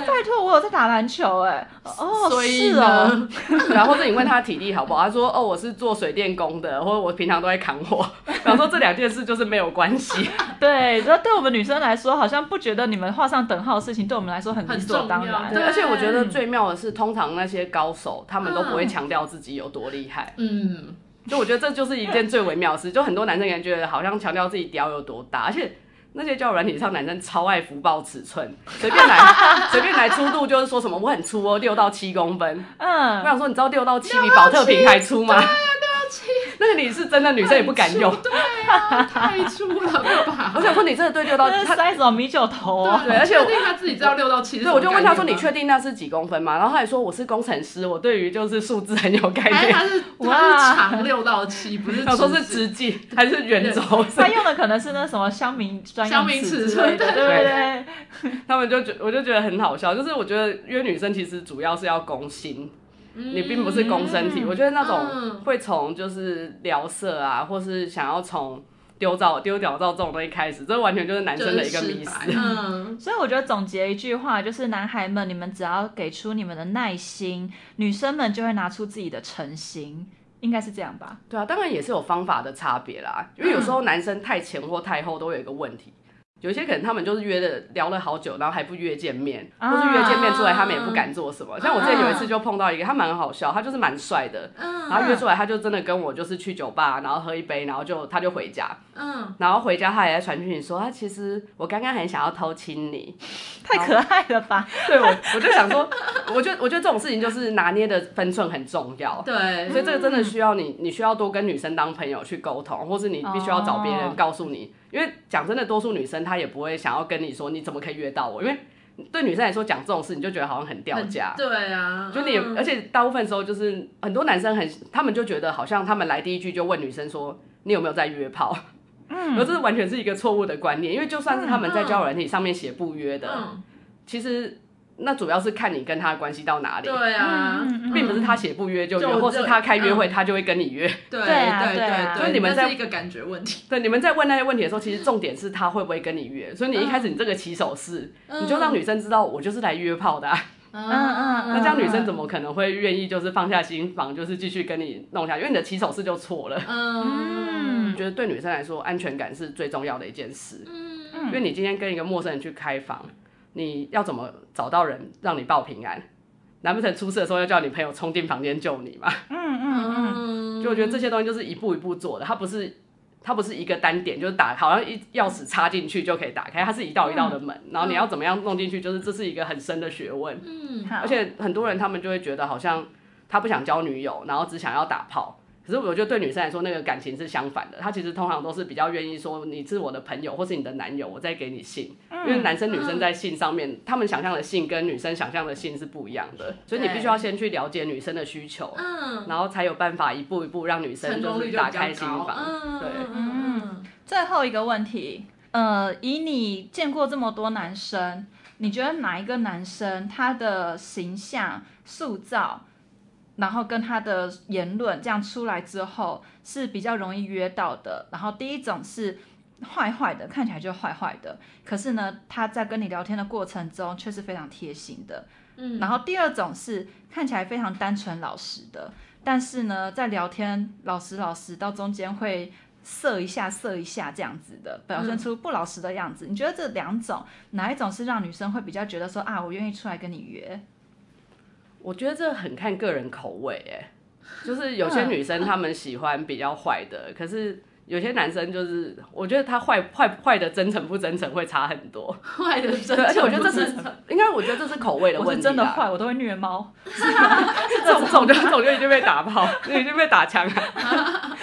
[SPEAKER 1] 拜托我有在打篮球哎、哦
[SPEAKER 2] 所以
[SPEAKER 1] 是
[SPEAKER 2] 呢
[SPEAKER 1] 哦，，
[SPEAKER 3] 然后或者你问他体力好不好，他说哦我是做水电工的，或者我平常都在扛火，然后说这两件事就是没有关 系。
[SPEAKER 1] 对，那对我们女生来说好像不觉得你们画上等号的事情，对我们来说很理
[SPEAKER 2] 很
[SPEAKER 1] 所
[SPEAKER 2] 重
[SPEAKER 1] 当
[SPEAKER 2] 要
[SPEAKER 1] 然，
[SPEAKER 3] 对，
[SPEAKER 2] 对
[SPEAKER 3] 而且我觉得最妙的是，通常那些高手他们都不
[SPEAKER 1] 嗯
[SPEAKER 3] 会强调自己有多厉害，
[SPEAKER 2] 嗯，
[SPEAKER 3] 就我觉得这就是一件最微妙的事，就很多男生感觉好像强调自己屌有多大，而且那些交友软体上男生超爱福报尺寸，随便来随便来粗度就是说什么我很粗哦，六到七公分。我
[SPEAKER 1] 嗯，
[SPEAKER 3] 想说，你知道六到七比保特瓶还粗吗？那个你是真的女生也不敢用。
[SPEAKER 2] 对啊，太粗了吧？
[SPEAKER 3] 我想说，你真的对六到
[SPEAKER 1] 那是
[SPEAKER 3] 他，
[SPEAKER 1] 塞什么米酒头、哦
[SPEAKER 2] 对啊？
[SPEAKER 3] 对而且我
[SPEAKER 2] 确定他自己知道六到七，
[SPEAKER 3] 对，我就问他说你确
[SPEAKER 2] 定？
[SPEAKER 3] 定那是几公分吗？然后他还说我是工程师，我对于就是数字很有概
[SPEAKER 2] 还是
[SPEAKER 3] 念。
[SPEAKER 2] 他是
[SPEAKER 1] 哇
[SPEAKER 2] 他是长六到七， 不是
[SPEAKER 3] 想说是
[SPEAKER 2] 直
[SPEAKER 3] 直径还是圆轴？
[SPEAKER 1] 他用的可能是那什么乡民专
[SPEAKER 2] 乡
[SPEAKER 1] 用
[SPEAKER 2] 民
[SPEAKER 1] 词
[SPEAKER 2] 尺
[SPEAKER 1] 之类
[SPEAKER 2] 寸
[SPEAKER 1] 的，对
[SPEAKER 2] 对
[SPEAKER 1] 不
[SPEAKER 3] 对
[SPEAKER 1] 对？
[SPEAKER 3] 他们就觉我就觉得很好笑，就是我觉得约女生其实主要是要攻心，你并不是攻身体。我觉得那种
[SPEAKER 2] 嗯
[SPEAKER 3] 会从就是聊色啊，或是想要从丢照丢屌照这种东西开始，这完全就是男生的一个迷思。
[SPEAKER 2] 嗯，
[SPEAKER 1] 所以我觉得总结一句话就是：男孩们，你们只要给出你们的耐心，女生们就会拿出自己的诚心，应该是这样吧？
[SPEAKER 3] 对啊，当然也是有方法的差别啦，因为有时候男生太前或太后都有一个问题。有一些可能他们就是约的聊了好久，然后还不约见面，
[SPEAKER 1] 啊
[SPEAKER 3] 或是约见面出来他们也不敢做什么。像我之前有一次就碰到一个，他蛮好笑，他就是蛮帅的，
[SPEAKER 2] 嗯
[SPEAKER 3] 然后约出来他就真的跟我就是去酒吧，然后喝一杯，然后就他就回家，
[SPEAKER 2] 嗯，
[SPEAKER 3] 然后回家他还在传讯息说，他其实我刚刚很想要偷亲你。
[SPEAKER 1] 太可爱了吧！
[SPEAKER 3] 对我，我就想说，我就我觉得这种事情就是拿捏的分寸很重要。
[SPEAKER 2] 对，
[SPEAKER 3] 所以这个真的需要你，你需要多跟女生当朋友去沟通，或是你必须要找别
[SPEAKER 1] 哦
[SPEAKER 3] 人告诉你，因为讲真的，多数女生她也不会想要跟你说你怎么可以约到我，因为对女生来说讲这种事你就觉得好像很掉
[SPEAKER 2] 很
[SPEAKER 3] 价，
[SPEAKER 2] 对啊，
[SPEAKER 3] 就你也，而
[SPEAKER 2] 且
[SPEAKER 3] 且大部分时候就是很多男生很，他们就觉得好像他们来第一句就问女生说你有没有在约炮， 嗯，而这是完全是一个错误的观念，因为就算是他们在交友软体上面写不约的，
[SPEAKER 2] 嗯，
[SPEAKER 3] 其实那主要是看你跟他的关系到哪里，
[SPEAKER 2] 对啊，
[SPEAKER 1] 嗯
[SPEAKER 3] 并不是他写不约就约，
[SPEAKER 2] 就嗯
[SPEAKER 3] 或是他开约会他就会跟你约。
[SPEAKER 1] 对
[SPEAKER 2] 对
[SPEAKER 1] 啊
[SPEAKER 2] 对
[SPEAKER 1] 对啊
[SPEAKER 2] 对，
[SPEAKER 1] 所以
[SPEAKER 3] 你们
[SPEAKER 2] 那
[SPEAKER 3] 在
[SPEAKER 2] 是一个感觉问题，
[SPEAKER 3] 对，你们在问那些问题的时候，其实重点是他会不会跟你约，所以你一开始你这个起手式，你就让女生知道我就是来约炮的、啊，
[SPEAKER 2] 嗯
[SPEAKER 1] 嗯
[SPEAKER 3] 那这样女生怎么可能会愿意就是放下心房，就是继续跟你弄下去？因为你的起手式就错了。
[SPEAKER 2] 嗯
[SPEAKER 3] 我觉得对女生来说，安全感是最重要的一件事，
[SPEAKER 2] 嗯
[SPEAKER 3] 因为你今天跟一个陌生人去开房，你要怎么找到人让你报平安？难不成出事的时候要叫你朋友冲进房间救你吗？
[SPEAKER 1] 嗯嗯嗯，
[SPEAKER 2] 嗯
[SPEAKER 3] 就我觉得这些东西就是一步一步做的，它不是。它不是一个单点，就是打好像一钥匙插进去就可以打开，它是一道一道的门，然后你要怎么样弄进去，就是这是一个很深的学问。
[SPEAKER 2] 嗯，
[SPEAKER 1] 好
[SPEAKER 3] 而且很多人他们就会觉得好像他不想交女友，然后只想要打炮。可是我觉得对女生来说，那个感情是相反的。她其实通常都是比较愿意说你是我的朋友或是你的男友，我再给你性。因为男生女生在性上面，他们想象的性跟女生想象的性是不一样的，所以你
[SPEAKER 1] 对
[SPEAKER 3] 必须要先去了解女生的需求，
[SPEAKER 2] 嗯，
[SPEAKER 3] 然后才有办法一步一步让女生
[SPEAKER 2] 成功
[SPEAKER 3] 就
[SPEAKER 2] 率
[SPEAKER 3] 是
[SPEAKER 2] 就
[SPEAKER 3] 打
[SPEAKER 2] 比较
[SPEAKER 3] 开心
[SPEAKER 2] 高
[SPEAKER 3] 房。
[SPEAKER 2] 嗯
[SPEAKER 3] 对
[SPEAKER 2] 嗯嗯嗯，
[SPEAKER 1] 最后一个问题，呃，以你见过这么多男生，你觉得哪一个男生他的形象塑造，然后跟他的言论这样出来之后是比较容易约到的？然后第一种是。坏坏的，看起来就坏坏的。可是呢，他在跟你聊天的过程中却是非常贴心的。
[SPEAKER 2] 嗯
[SPEAKER 1] 然后第二种是看起来非常单纯老实的，但是呢，在聊天老实老实到中间会色一下色一下这样子的，表现
[SPEAKER 2] 嗯
[SPEAKER 1] 出不老实的样子。你觉得这两种哪一种是让女生会比较觉得说啊，我愿意出来跟你约？
[SPEAKER 3] 我觉得这很看个人口味， 哎，就是有些女生她们喜欢比较坏的，可是有些男生就是，我觉得他坏坏坏的真诚不真诚会差很 多。
[SPEAKER 2] 坏的真
[SPEAKER 3] 对，
[SPEAKER 2] 诚，
[SPEAKER 3] 而且我觉得这是应该，我觉得这是口味的
[SPEAKER 1] 我
[SPEAKER 3] 问
[SPEAKER 1] 是
[SPEAKER 3] 题。啊
[SPEAKER 1] 真的，坏，我都会虐猫。
[SPEAKER 3] 这种种就种就已经被 打炮，已经被打枪了。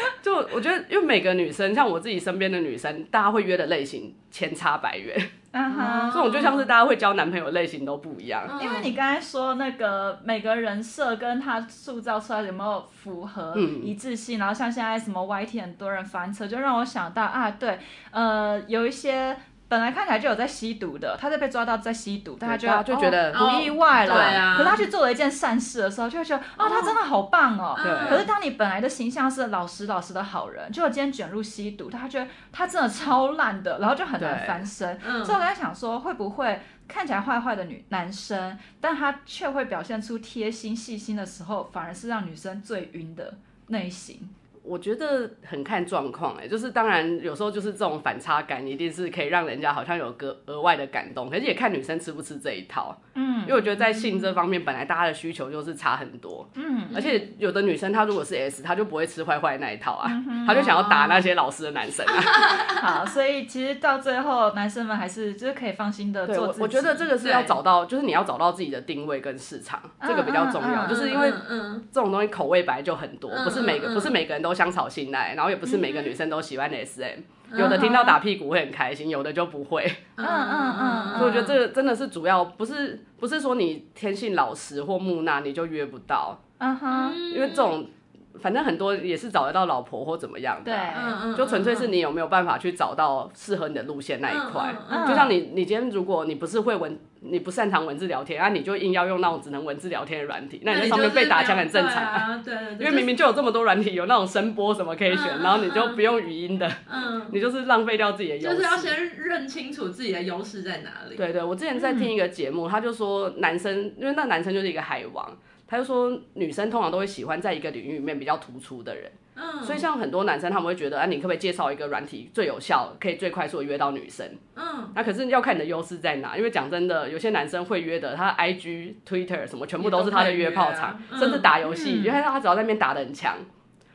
[SPEAKER 3] 就我觉得，因为每个女生，像我自己身边的女生，大家会约的类型千差百约，
[SPEAKER 2] 嗯
[SPEAKER 1] 啊哈，
[SPEAKER 3] 这种就像是大家会交男朋友类型都不一样。
[SPEAKER 2] 嗯
[SPEAKER 1] 因为你刚才说那个每个人设跟他塑造出来有没有符合
[SPEAKER 3] 嗯
[SPEAKER 1] 一致性，然后像现在什么 YT 很多人翻车，就让我想到啊，对，呃，有一些。本来看起来就有在吸毒的，他在被抓到在吸毒，大家就
[SPEAKER 3] 对大家就觉得
[SPEAKER 1] 哦不意外了。
[SPEAKER 2] 哦对啊
[SPEAKER 1] 可是他去做了一件善事的时候，就会觉得哦，他
[SPEAKER 3] 嗯
[SPEAKER 1] 真的好棒哦。
[SPEAKER 3] 对
[SPEAKER 1] 可是当你本来的形象是老实老实的好人，结果今天卷入吸毒，他觉得他真的超烂的，然后就很难
[SPEAKER 3] 对
[SPEAKER 1] 翻身。
[SPEAKER 2] 嗯
[SPEAKER 1] 所以我在想说，会不会看起来坏坏的女男生，但他却会表现出贴心细心的时候，反而是让女生最晕的类型？
[SPEAKER 3] 我觉得很看状况哎，就是当然有时候就是这种反差感，一定是可以让人家好像有个额外的感动，可是也看女生吃不吃这一套。嗯，因为我觉得在性这方面，本来大家的需求就是差很多。嗯，而且有的女生她如果是 S，她就不会吃坏坏那一套啊，她就想要打那些老实的男生哦啊。
[SPEAKER 1] 好，所以其实到最后，男生们还是就是可以放心的
[SPEAKER 3] 对，
[SPEAKER 1] 做
[SPEAKER 3] 我
[SPEAKER 1] 自己。
[SPEAKER 3] 我觉得这个是
[SPEAKER 2] 对
[SPEAKER 3] 要找到，就是你要找到自己的定位跟市场，
[SPEAKER 1] 嗯
[SPEAKER 3] 这个比较重
[SPEAKER 1] 嗯
[SPEAKER 3] 要。就是因为
[SPEAKER 2] 嗯嗯
[SPEAKER 3] 这种东西口味本来就很多，
[SPEAKER 2] 嗯
[SPEAKER 3] 不是每个、
[SPEAKER 2] 嗯嗯
[SPEAKER 3] 不是每个人都香草信赖，然后也不是每个女生都喜欢 SM，、
[SPEAKER 2] 嗯
[SPEAKER 3] 有的听到打屁股会很开心，有的就不会。
[SPEAKER 2] 嗯
[SPEAKER 1] 嗯
[SPEAKER 2] 嗯，
[SPEAKER 3] 所以我觉得这个真的是主要不是不是说你天性老实或木讷你就约不到，
[SPEAKER 1] 嗯哼，
[SPEAKER 3] 因为这种反正很多也是找得到老婆或怎么样的
[SPEAKER 1] 对，
[SPEAKER 3] 啊、
[SPEAKER 2] 嗯嗯
[SPEAKER 3] 就纯粹是你有没有办法去找到适合你的路线那一块。
[SPEAKER 2] 嗯嗯
[SPEAKER 1] 嗯
[SPEAKER 3] 就像你，你今天如果你不是会文，你不擅长文字聊天，啊，你就硬要用那种只能文字聊天的软体，那你在上面被打枪很正常啊。
[SPEAKER 2] 啊，对 对
[SPEAKER 3] 因
[SPEAKER 2] 对，
[SPEAKER 3] 为明明就有这么多软体，有那种声波什么可以选，
[SPEAKER 2] 嗯
[SPEAKER 3] 然后你就不用语音的，
[SPEAKER 2] 嗯，
[SPEAKER 3] 你就是浪费掉自己的优
[SPEAKER 2] 就
[SPEAKER 3] 势。
[SPEAKER 2] 是要先认清楚自己的优势在哪里。
[SPEAKER 3] 对对，我之前在听一个节目，他就说男生，因为那男生就是一个海王，他就说女生通常都会喜欢在一个领域里面比较突出的人，
[SPEAKER 2] 嗯，
[SPEAKER 3] 所以像很多男生他们会觉得，啊，你可不可以介绍一个软体最有效，可以最快速地约到女生？
[SPEAKER 2] 嗯，
[SPEAKER 3] 那、可是要看你的优势在哪，因为讲真的，有些男生会约的，他 IG、Twitter 什么全部都是他的约炮
[SPEAKER 2] 也都可
[SPEAKER 3] 场，
[SPEAKER 2] 以约啊
[SPEAKER 3] 甚至打游戏，
[SPEAKER 1] 嗯
[SPEAKER 3] 因为他只要在那边打的很强，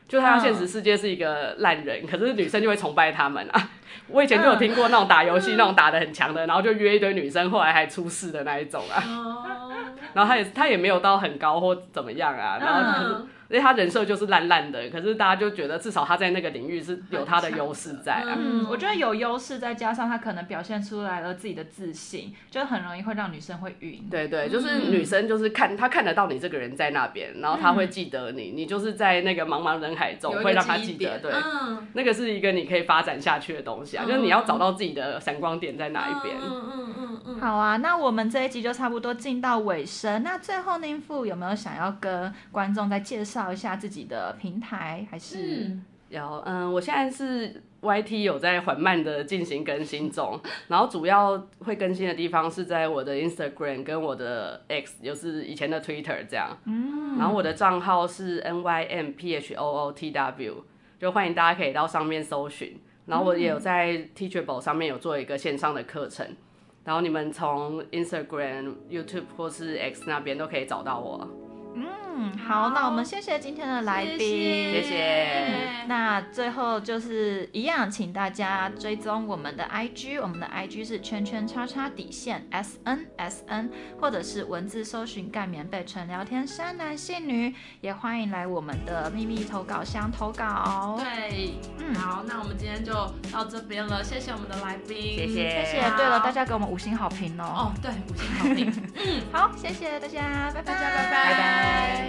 [SPEAKER 3] 就他现实世界是一个烂人，可是女生就会崇拜他们啊。 我以前就有听过那种打游
[SPEAKER 2] 嗯
[SPEAKER 3] 戏、那种打的很强的，然后就约一堆女生，后来还出事的那一种啊。
[SPEAKER 2] 哦，
[SPEAKER 3] 然后他也他也没有到很高或怎么样啊， 然后可是。
[SPEAKER 2] 嗯
[SPEAKER 3] 因为他人设就是烂烂的，可是大家就觉得至少他在那个领域是有他的优势在啊。
[SPEAKER 1] 嗯，我觉得有优势，再加上他可能表现出来了自己的自信，就很容易会让女生会晕。
[SPEAKER 3] 对对，就是
[SPEAKER 2] 嗯
[SPEAKER 3] 女生就是看她看得到你这个人在那边，然后她会记得你，你就是在那个茫茫人海中
[SPEAKER 2] 嗯有一个
[SPEAKER 3] 会让她
[SPEAKER 2] 记
[SPEAKER 3] 记
[SPEAKER 2] 忆
[SPEAKER 3] 得，
[SPEAKER 2] 点
[SPEAKER 3] 对。
[SPEAKER 2] 嗯，
[SPEAKER 3] 那个是一个你可以发展下去的东西啊，
[SPEAKER 2] 嗯
[SPEAKER 3] 就是你要找到自己的闪光点在哪一边。
[SPEAKER 2] 嗯嗯嗯嗯，
[SPEAKER 1] 好啊，那我们这一集就差不多进到尾声。那最后宁富有没有想要跟观众再介绍一下自己的平台？还是、
[SPEAKER 2] 嗯
[SPEAKER 3] 然后，嗯，我现在是 YT 有在缓慢的进行更新中，然后主要会更新的地方是在我的 Instagram 跟我的 X，就是以前的 Twitter 这样。嗯，然后我的账号是 N Y M P H O O T W，就欢迎大家可以到上面搜寻。然后我也有在 Teachable 上面有做一个线上的课程，然后你们从 Instagram、YouTube 或是 X 那边都可以找到我。
[SPEAKER 1] 嗯嗯，好，那我们谢谢今天的来宾，
[SPEAKER 3] 谢谢
[SPEAKER 1] 嗯那最后就是一样，请大家追踪我们的 IG，我们的 IG 是圈圈叉叉底线 S N S N，或者是文字搜寻盖棉被纯聊天山男性女，也欢迎来我们的秘密投稿箱投稿。
[SPEAKER 2] 对，
[SPEAKER 1] 嗯
[SPEAKER 2] 好，那我们今天就到这边了，谢谢我们的来宾，
[SPEAKER 3] 谢谢
[SPEAKER 1] 谢谢。对了，大家给我们五星好评哦。
[SPEAKER 2] 哦，对，五星好评，
[SPEAKER 1] 嗯好，谢谢大家，拜拜，
[SPEAKER 2] 大家拜
[SPEAKER 3] 拜拜